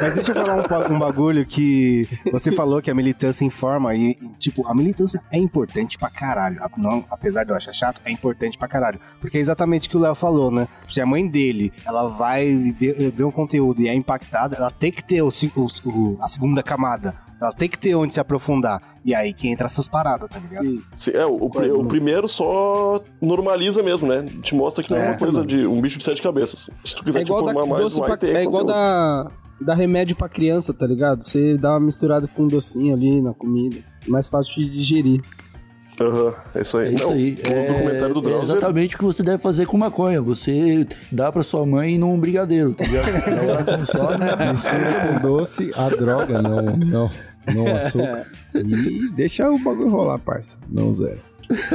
Speaker 5: Mas deixa eu falar um, pa- um bagulho que você falou que a militância informa e, e, tipo, a militância é importante pra caralho. A- Não, apesar de eu achar chato, é importante pra caralho. Porque é exatamente o que o Léo falou, né? Se a mãe dele, ela vai ver, ver um conteúdo e é impactada, ela tem que ter o, se- o- o- a segunda camada. Ela tem que ter onde se aprofundar. E aí que entra essas paradas, tá ligado?
Speaker 2: Sim, é, o, o pri- o primeiro só normaliza mesmo, né? Te mostra que não é, uma
Speaker 5: É.
Speaker 2: coisa de um bicho de sete cabeças. Se tu
Speaker 6: É
Speaker 2: quiser te
Speaker 6: igual, da,
Speaker 2: informar mais,
Speaker 6: doce
Speaker 2: Tipo, vai
Speaker 6: pra,
Speaker 2: ter.
Speaker 6: é igual
Speaker 2: conteúdo.
Speaker 6: da, da remédio pra criança, tá ligado? Você dá uma misturada com um docinho ali na comida. Mais fácil de digerir.
Speaker 2: Aham, é isso aí.
Speaker 1: É isso
Speaker 2: Não,
Speaker 1: aí.
Speaker 2: O documentário do
Speaker 1: é
Speaker 2: Drauzio é
Speaker 1: exatamente o que você deve fazer com maconha. Você dá pra sua mãe num brigadeiro, tá
Speaker 2: (laughs)
Speaker 1: né? ligado? Ela consome,
Speaker 4: Mistura é com doce, a droga, não, não, não o açúcar. E deixa o bagulho rolar, parça. Não zero.
Speaker 2: A
Speaker 6: é,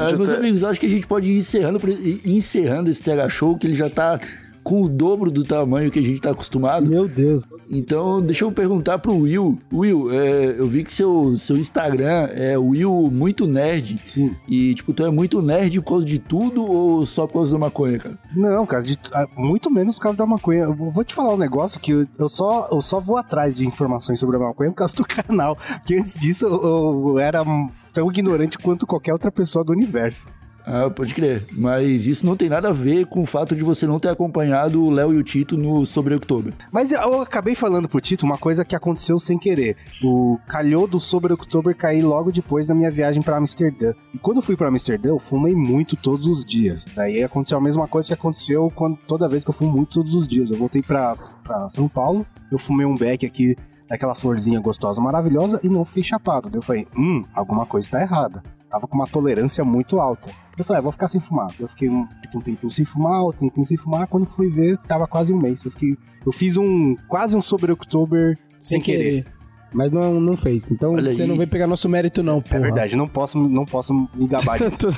Speaker 1: Ah,
Speaker 2: gente
Speaker 1: meus
Speaker 2: até-
Speaker 1: amigos, acho que a gente pode ir encerrando, por- ir encerrando esse TH Show, que ele já tá com o dobro do tamanho que a gente tá acostumado.
Speaker 6: Meu Deus.
Speaker 1: Então, deixa eu perguntar pro Will. Will, é, eu vi que seu, seu Instagram é Will Muito Nerd.
Speaker 5: Sim.
Speaker 1: E, tipo, tu é muito nerd por causa de tudo ou só por causa da maconha, cara?
Speaker 5: Não, por causa de, ah, muito menos por causa da maconha. Eu vou vou te falar um negócio que eu, eu só, eu só vou atrás de informações sobre a maconha por causa do (laughs) canal. Porque antes disso eu, eu era hum, tão ignorante quanto qualquer outra pessoa do universo.
Speaker 1: Ah, pode crer. Mas isso não tem nada a ver com o fato de você não ter acompanhado o Léo e o Tito no Sobre October.
Speaker 5: Mas eu- eu acabei falando pro Tito uma coisa que aconteceu sem querer. O calhou do Sobre October cair logo depois da minha viagem pra Amsterdã. E quando eu fui pra Amsterdã, eu fumei muito todos os dias. Daí aconteceu a mesma coisa que aconteceu quando, toda vez que eu fumo muito todos os dias. Eu voltei pra, pra São Paulo, eu fumei um beck aqui daquela florzinha gostosa, maravilhosa, e não fiquei chapado. Daí eu falei, hum, alguma coisa tá errada. Tava com uma tolerância muito alta. Eu falei, ah, vou ficar sem fumar. Eu fiquei um, tipo, um tempinho sem fumar, outro tempinho sem fumar. Quando fui ver, tava quase um mês. Eu fiquei. Eu fiz um. quase um sobre October sem, querer.
Speaker 6: Mas não, não fez. Então
Speaker 1: Olha
Speaker 6: você
Speaker 1: aí.
Speaker 6: não vem pegar nosso mérito, não, pô.
Speaker 5: É verdade, não posso, não posso me (laughs) gabar disso.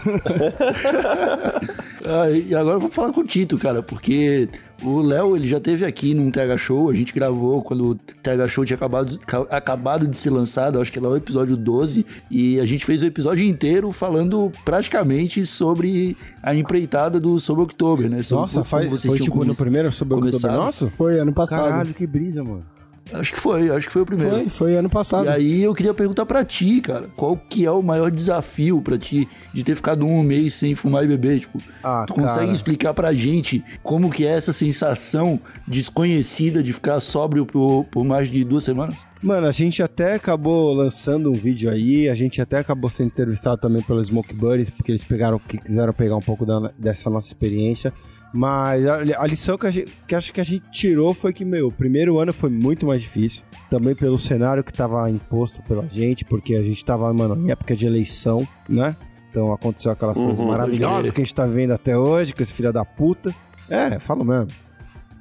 Speaker 1: Ah, e agora eu vou falar com o Tito, cara, porque o Léo ele já teve aqui num TH Show, a gente gravou quando o TH Show tinha acabado, ca- acabado de ser lançado, acho que lá é o episódio 12, e a gente fez o episódio inteiro falando praticamente sobre a empreitada do Sobre October, né? Sobre
Speaker 4: Nossa,
Speaker 1: como
Speaker 4: faz,
Speaker 1: vocês
Speaker 4: foi
Speaker 1: tinham
Speaker 4: tipo no
Speaker 1: come-
Speaker 4: primeiro sobre o
Speaker 1: começado.
Speaker 4: nosso?
Speaker 6: Foi ano passado.
Speaker 4: Caralho, que brisa, mano.
Speaker 1: Acho que foi, acho que foi o primeiro.
Speaker 6: Foi, foi ano
Speaker 1: E
Speaker 6: passado.
Speaker 1: aí eu queria perguntar pra ti, cara, qual que é o maior desafio pra ti de ter ficado um mês sem fumar e beber, tipo,
Speaker 4: Ah,
Speaker 1: Tu consegue
Speaker 4: cara.
Speaker 1: explicar pra gente como que é essa sensação desconhecida de ficar sóbrio por, por mais de duas semanas?
Speaker 4: Mano, a gente até acabou lançando um vídeo aí, a gente até acabou sendo entrevistado também pelo Smoke Buddies, porque eles pegaram, que quiseram pegar um pouco da- dessa nossa experiência. Mas a, a lição que, a gente, que acho que a gente tirou foi que, meu, o primeiro ano foi muito mais difícil. Também pelo cenário que tava imposto pela gente, porque a gente tava, mano, em época de eleição, né? Então aconteceu aquelas coisas
Speaker 2: Uhum,
Speaker 4: maravilhosas
Speaker 1: pode
Speaker 4: que a gente tá vendo até hoje com esse filho da puta. É, falo mesmo.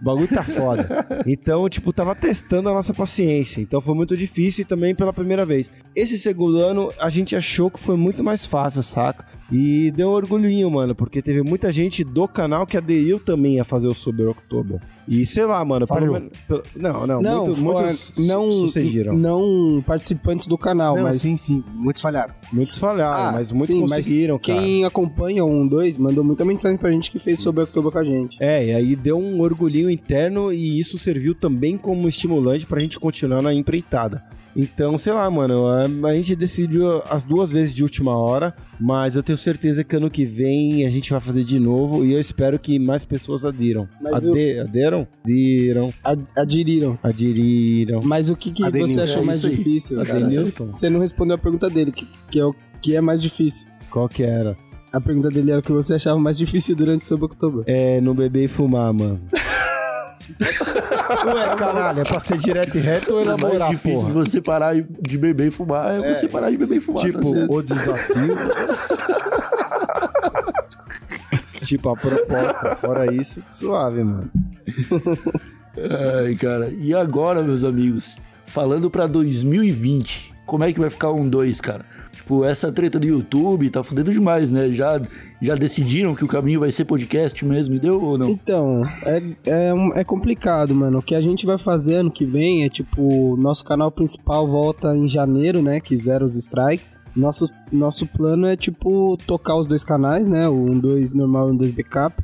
Speaker 4: O bagulho tá foda. Então, tipo, tava testando a nossa paciência. Então foi muito difícil e também pela primeira vez. Esse segundo ano, a gente achou que foi muito mais fácil, saca? E deu um orgulhinho, mano, porque teve muita gente do canal que aderiu também a fazer o Sober October. E sei lá, mano, pelo
Speaker 5: Falhou.
Speaker 4: menos. pelo- Não, não,
Speaker 6: não,
Speaker 4: muito-
Speaker 6: foi-
Speaker 4: muitos
Speaker 6: não,
Speaker 4: sucediram.
Speaker 6: não participantes do canal,
Speaker 5: Não,
Speaker 6: mas
Speaker 5: sim, sim, muitos falharam.
Speaker 4: Muitos falharam,
Speaker 6: Ah,
Speaker 4: mas muitos
Speaker 6: sim, mas
Speaker 4: conseguiram, cara.
Speaker 6: quem acompanha o 1, 2 mandou muita mensagem pra gente que fez sobre October com a gente.
Speaker 4: É, e aí deu um orgulhinho interno e isso serviu também como estimulante pra gente continuar na empreitada. Então, sei lá, mano, a a gente decidiu as duas vezes de última hora, mas eu tenho certeza que ano que vem a gente vai fazer de novo e eu espero que mais pessoas adiram.
Speaker 6: Mas
Speaker 4: Ade- Aderam? Adiram,
Speaker 6: Ad- Adiriram.
Speaker 4: adiriram.
Speaker 6: Mas o que, que
Speaker 5: Adenilson.
Speaker 6: você achou
Speaker 1: É
Speaker 6: mais
Speaker 1: isso aí.
Speaker 6: difícil? cara?
Speaker 4: Adenilson.
Speaker 6: Você não respondeu a pergunta dele, que, que é o que é mais difícil.
Speaker 4: Qual que era?
Speaker 6: A pergunta dele era o que você achava mais difícil durante o Sobo October.
Speaker 4: É, não beber e fumar, mano. (laughs) Ué, caralho, é pra ser direto e reto ou
Speaker 1: O É mais
Speaker 4: elaborar,
Speaker 1: difícil
Speaker 4: porra?
Speaker 1: de você parar de beber e fumar é, você parar de beber e fumar. tá
Speaker 4: Tipo,
Speaker 1: certo?
Speaker 4: o desafio. tipo, a proposta. Fora isso, suave, mano.
Speaker 1: Ai, cara. E agora, meus amigos, falando pra 2020, como é que vai ficar um 2, cara? Tipo, essa treta do YouTube tá fudendo demais, né? Já, já decidiram que o caminho vai ser podcast mesmo, e deu ou não?
Speaker 6: Então, é, é, um- é complicado, mano. O que a gente vai fazer ano que vem é tipo, nosso canal principal volta em janeiro, né? Que zera os strikes. Nosso, nosso plano é tipo tocar os dois canais, né? O 1.2 normal e o 1.2 backup.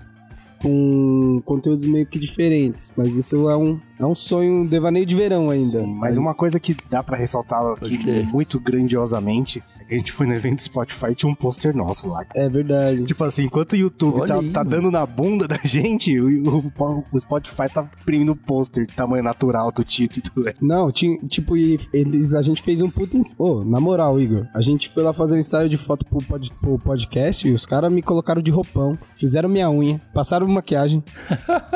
Speaker 6: Com conteúdos meio que diferentes. Mas isso é um, é um sonho, um devaneio de verão ainda.
Speaker 5: Sim, mas uma coisa que dá pra ressaltar aqui
Speaker 1: Pode crer.
Speaker 5: muito grandiosamente é que a gente foi no evento Spotify e tinha um pôster nosso lá.
Speaker 6: É verdade.
Speaker 5: Tipo assim, enquanto o YouTube
Speaker 1: Olha
Speaker 5: tá,
Speaker 1: aí,
Speaker 5: tá
Speaker 1: mano.
Speaker 5: dando na bunda da (laughs) gente, o, o- o Spotify tá imprimindo o pôster de tamanho natural do Tito e do Léo.
Speaker 6: Não, tinha, tipo, e eles, a gente fez um puta. ens- Ô, na moral, Igor, a gente foi lá fazer um ensaio de foto pro, pod- pro podcast e os caras me colocaram de roupão, fizeram minha unha, passaram maquiagem.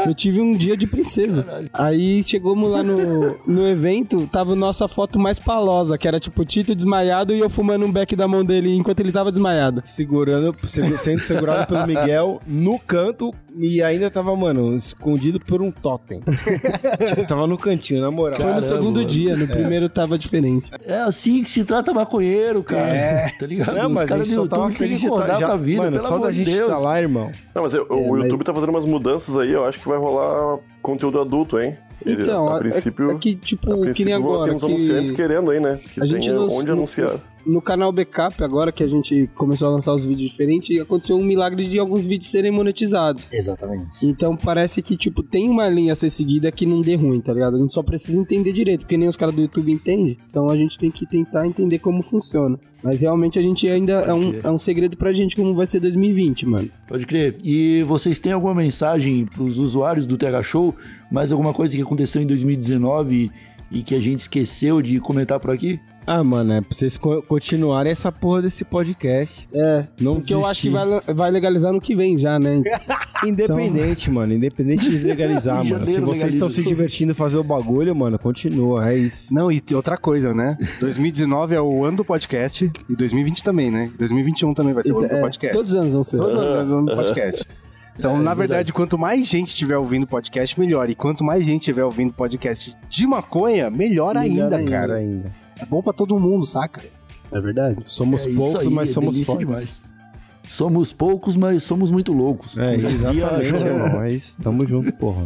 Speaker 6: Eu tive um dia de princesa. Aí chegamos lá no, no evento, tava nossa foto mais palosa, que era tipo o Tito desmaiado e eu fumando um beck da mão dele enquanto ele tava desmaiado.
Speaker 4: Segurando, segu- sendo segurado pelo Miguel no canto e ainda tava, mano, escondido por um totem. Tipo, tava no cantinho, na moral. É.
Speaker 6: Foi no
Speaker 1: Caramba,
Speaker 6: segundo
Speaker 1: mano.
Speaker 6: dia, no primeiro tava diferente.
Speaker 1: É assim que se trata maconheiro, cara. (laughs) Tá ligado?
Speaker 4: É. Não, mas a gente só tava feliz de
Speaker 1: acordar
Speaker 4: tá, já,
Speaker 1: pra vida,
Speaker 4: Mano,
Speaker 1: pelo
Speaker 4: só
Speaker 1: amor
Speaker 4: da
Speaker 1: de
Speaker 4: gente
Speaker 1: Deus.
Speaker 4: tá lá, irmão.
Speaker 2: Não, mas eu-
Speaker 6: É,
Speaker 2: o YouTube tá fazendo umas mudanças aí, eu acho que vai rolar conteúdo adulto, hein? Ele-
Speaker 6: Então,
Speaker 2: a
Speaker 6: é-
Speaker 2: princípio,
Speaker 6: é, que, tipo,
Speaker 2: a
Speaker 6: que nem
Speaker 2: princípio vão ter
Speaker 6: agora.
Speaker 2: uns anunciantes
Speaker 6: que-
Speaker 2: querendo aí, né? Que
Speaker 6: a gente
Speaker 2: tenha
Speaker 6: não-
Speaker 2: onde
Speaker 6: não-
Speaker 2: anunciar.
Speaker 6: no canal Backup, agora que a gente começou a lançar os vídeos diferentes, aconteceu um milagre de alguns vídeos serem monetizados.
Speaker 5: Exatamente.
Speaker 6: Então parece que, tipo, tem uma linha a ser seguida que não dê ruim, tá ligado? A gente só precisa entender direito, porque nem os caras do YouTube entendem. Então a gente tem que tentar entender como funciona. Mas realmente a gente ainda é um,
Speaker 1: crer.
Speaker 6: é um segredo pra gente como vai ser 2020, mano.
Speaker 1: Pode crer. E vocês têm alguma mensagem pros usuários do TH Show? Mais alguma coisa que aconteceu em 2019 e, e que a gente esqueceu de comentar por aqui?
Speaker 4: Ah, mano, é pra vocês co- continuarem essa porra desse podcast.
Speaker 6: É.
Speaker 4: Não
Speaker 6: Porque eu acho que
Speaker 4: desistir.
Speaker 6: vai, vai legalizar no que vem já, né?
Speaker 4: Independente, mano. Independente de legalizar,
Speaker 1: Em
Speaker 4: mano. Se
Speaker 1: janeiro
Speaker 4: vocês estão se
Speaker 1: legaliza.
Speaker 4: divertindo em fazer o bagulho, mano, continua. É isso.
Speaker 5: (laughs) Não, e tem outra coisa,
Speaker 1: (laughs)
Speaker 5: né? 2019 é o ano do podcast e 2020 também, né? 2021 também vai ser o ano do
Speaker 6: É,
Speaker 5: podcast.
Speaker 6: todos os anos vão ser.
Speaker 5: Todo ano é o ano do podcast. Então, na verdade, quanto mais gente tiver ouvindo podcast, melhor. E quanto mais gente tiver ouvindo podcast de maconha, melhor,
Speaker 6: Melhor
Speaker 5: ainda,
Speaker 6: ainda.
Speaker 5: cara.
Speaker 4: ainda.
Speaker 5: É bom pra todo mundo, saca?
Speaker 6: É verdade.
Speaker 4: Somos
Speaker 1: É isso
Speaker 4: poucos,
Speaker 1: aí,
Speaker 4: mas
Speaker 1: é
Speaker 4: somos
Speaker 1: delícia
Speaker 4: fortes.
Speaker 1: demais. Somos poucos, mas somos muito loucos.
Speaker 4: É,
Speaker 1: Como já dizia
Speaker 4: exatamente,
Speaker 1: João.
Speaker 4: irmão. É isso. Tamo junto, porra.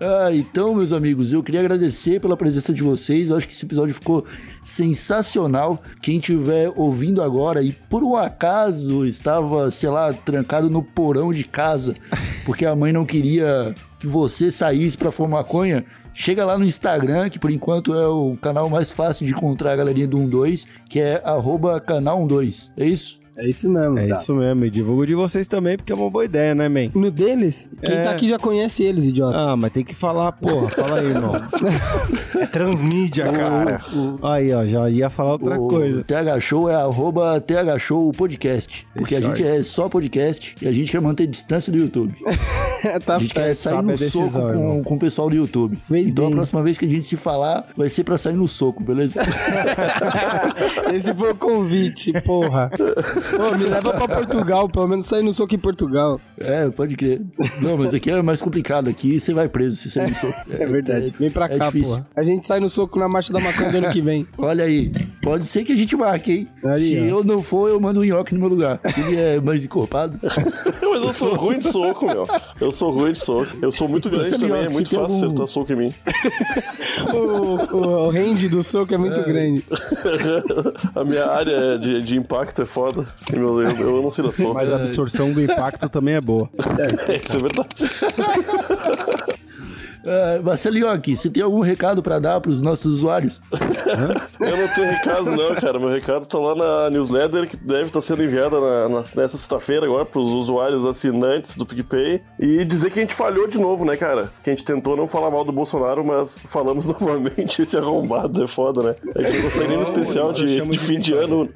Speaker 1: Ah, então, meus amigos, eu queria agradecer pela presença de vocês. Eu acho que esse episódio ficou sensacional. Quem estiver ouvindo agora e por um acaso estava, sei lá, trancado no porão de casa, porque a mãe não queria que você saísse para fumar maconha, chega lá no Instagram, que por enquanto é o canal mais fácil de encontrar a galerinha do 12, que é arroba canal 12. É isso?
Speaker 6: É isso mesmo.
Speaker 4: É
Speaker 6: sabe?
Speaker 4: isso mesmo. E divulgo de vocês também, porque é uma boa ideia, né, man?
Speaker 6: No deles, quem
Speaker 4: É.
Speaker 6: tá aqui já conhece eles, idiota.
Speaker 4: Ah, mas tem que falar, porra. Fala aí, irmão.
Speaker 5: É transmídia, cara.
Speaker 4: Aí, ó, já ia falar outra
Speaker 1: o
Speaker 4: coisa.
Speaker 1: TH Show é arroba TH Show Podcast. Porque a gente é só podcast e a gente quer manter distância do YouTube.
Speaker 6: (laughs) tá
Speaker 1: a gente quer
Speaker 6: certo.
Speaker 1: sair
Speaker 4: sabe
Speaker 1: no
Speaker 4: a decisão,
Speaker 1: soco com,
Speaker 4: irmão.
Speaker 1: com o pessoal do YouTube.
Speaker 6: Fez
Speaker 1: então
Speaker 6: bem.
Speaker 1: a próxima vez que a gente se falar, vai ser pra sair no soco,
Speaker 6: (laughs)
Speaker 1: beleza?
Speaker 6: (laughs) Esse foi o convite, porra. Ô, me leva pra Portugal, pelo menos sair no soco em Portugal.
Speaker 1: é, pode crer. Não, mas aqui é mais complicado. Aqui você vai preso se sair no soco.
Speaker 6: É verdade. Vem pra
Speaker 1: é
Speaker 6: cá,
Speaker 1: difícil.
Speaker 6: porra. A gente sai no soco na marcha da maconha do ano que vem.
Speaker 1: Olha aí, pode ser que a gente marque, hein?
Speaker 6: Aí,
Speaker 1: se
Speaker 6: ó.
Speaker 1: eu não for, eu mando um nhoque no meu lugar. Ele é mais
Speaker 6: (laughs)
Speaker 1: encorpado.
Speaker 2: Mas eu sou ruim de soco, meu. Eu sou ruim de soco. Eu sou muito grande
Speaker 1: Pensa ali, ó,
Speaker 2: também, é
Speaker 1: se
Speaker 2: muito
Speaker 1: tem
Speaker 2: fácil
Speaker 1: algum-
Speaker 2: acertar soco em mim.
Speaker 6: (laughs) O, o, o range do soco é muito grande.
Speaker 2: a minha área de, de impacto é foda. Eu, eu, eu não sei dar soco.
Speaker 4: Mas a absorção do impacto também é boa.
Speaker 2: Isso (laughs) é verdade.
Speaker 1: É, Marcelinho, aqui, você tem algum recado pra dar pros nossos usuários?
Speaker 2: Eu não tenho recado, não, cara. Meu recado tá lá na newsletter que deve estar sendo enviada na- na- nessa sexta-feira agora pros usuários assinantes do PicPay. E dizer que a gente falhou de novo, né, cara? Que a gente tentou não falar mal do Bolsonaro, mas falamos (laughs) novamente esse arrombado. É foda, né? É que eu gostei nem especial
Speaker 4: isso eu
Speaker 2: de,
Speaker 4: chamo
Speaker 2: de
Speaker 4: de
Speaker 2: fim de ano.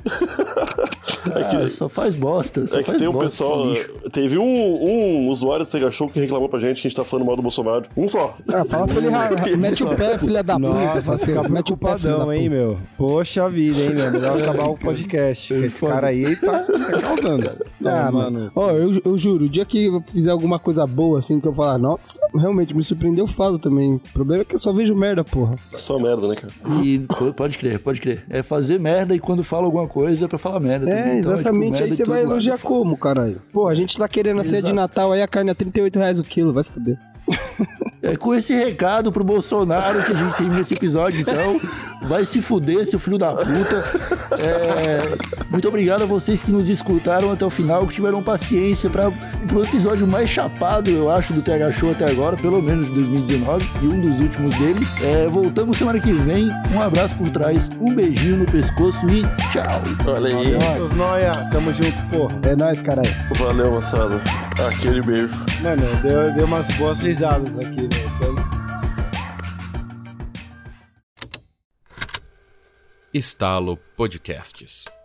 Speaker 1: Ah, só faz bosta, só
Speaker 2: É que
Speaker 1: faz
Speaker 2: tem um
Speaker 1: bosta.
Speaker 2: pessoal,
Speaker 1: esse lixo.
Speaker 2: Teve um, um usuário do Tega Show que reclamou pra gente que a gente tá falando mal do Bolsonaro. Um só.
Speaker 6: Ah, fala pra ele,
Speaker 2: (laughs)
Speaker 6: ra- ra- mete o pé, filha da puta.
Speaker 4: (laughs) Nossa,
Speaker 6: fala assim,
Speaker 4: fica
Speaker 6: mete o pé, filha da
Speaker 4: preocupadão, hein, meu? Poxa vida, hein, meu? Melhor acabar o podcast. Esse cara aí tá, tá causando.
Speaker 6: Ah, mano. Ó, eu, eu juro, o dia que eu fizer alguma coisa boa, assim, que eu falar, nossa, realmente me surpreendeu, eu falo também. O problema é que eu só vejo merda, porra.
Speaker 2: Só merda, né, cara?
Speaker 1: E pô, pode crer, pode crer. É fazer merda e quando fala alguma coisa é pra falar merda.
Speaker 6: É,
Speaker 1: também. Então,
Speaker 6: exatamente.
Speaker 1: tipo, merda
Speaker 6: aí
Speaker 1: em
Speaker 6: você
Speaker 1: todo
Speaker 6: vai
Speaker 1: lado.
Speaker 6: elogiar
Speaker 1: Foda.
Speaker 6: como, caralho? Pô, a gente tá querendo a ceia de
Speaker 1: Exato.
Speaker 6: Natal, aí a carne é 38 reais o quilo, vai se fuder.
Speaker 1: É com esse recado pro Bolsonaro que a gente termina esse episódio, então. Vai se fuder, seu filho da puta. É, muito obrigado a vocês que nos escutaram até o final, que tiveram paciência para o episódio mais chapado, eu acho, do TH Show até agora, pelo menos de 2019, e um dos últimos dele. É, voltamos semana que vem. Um abraço por trás, um beijinho no pescoço e tchau.
Speaker 2: Olha aí.
Speaker 4: Seus noia, tamo junto, porra.
Speaker 6: É nóis, caralho.
Speaker 2: Valeu, moçada. Aquele beijo.
Speaker 4: Mano, deu, deu umas boas risadas aqui, né? é meu. Você-
Speaker 9: Estalo Podcasts.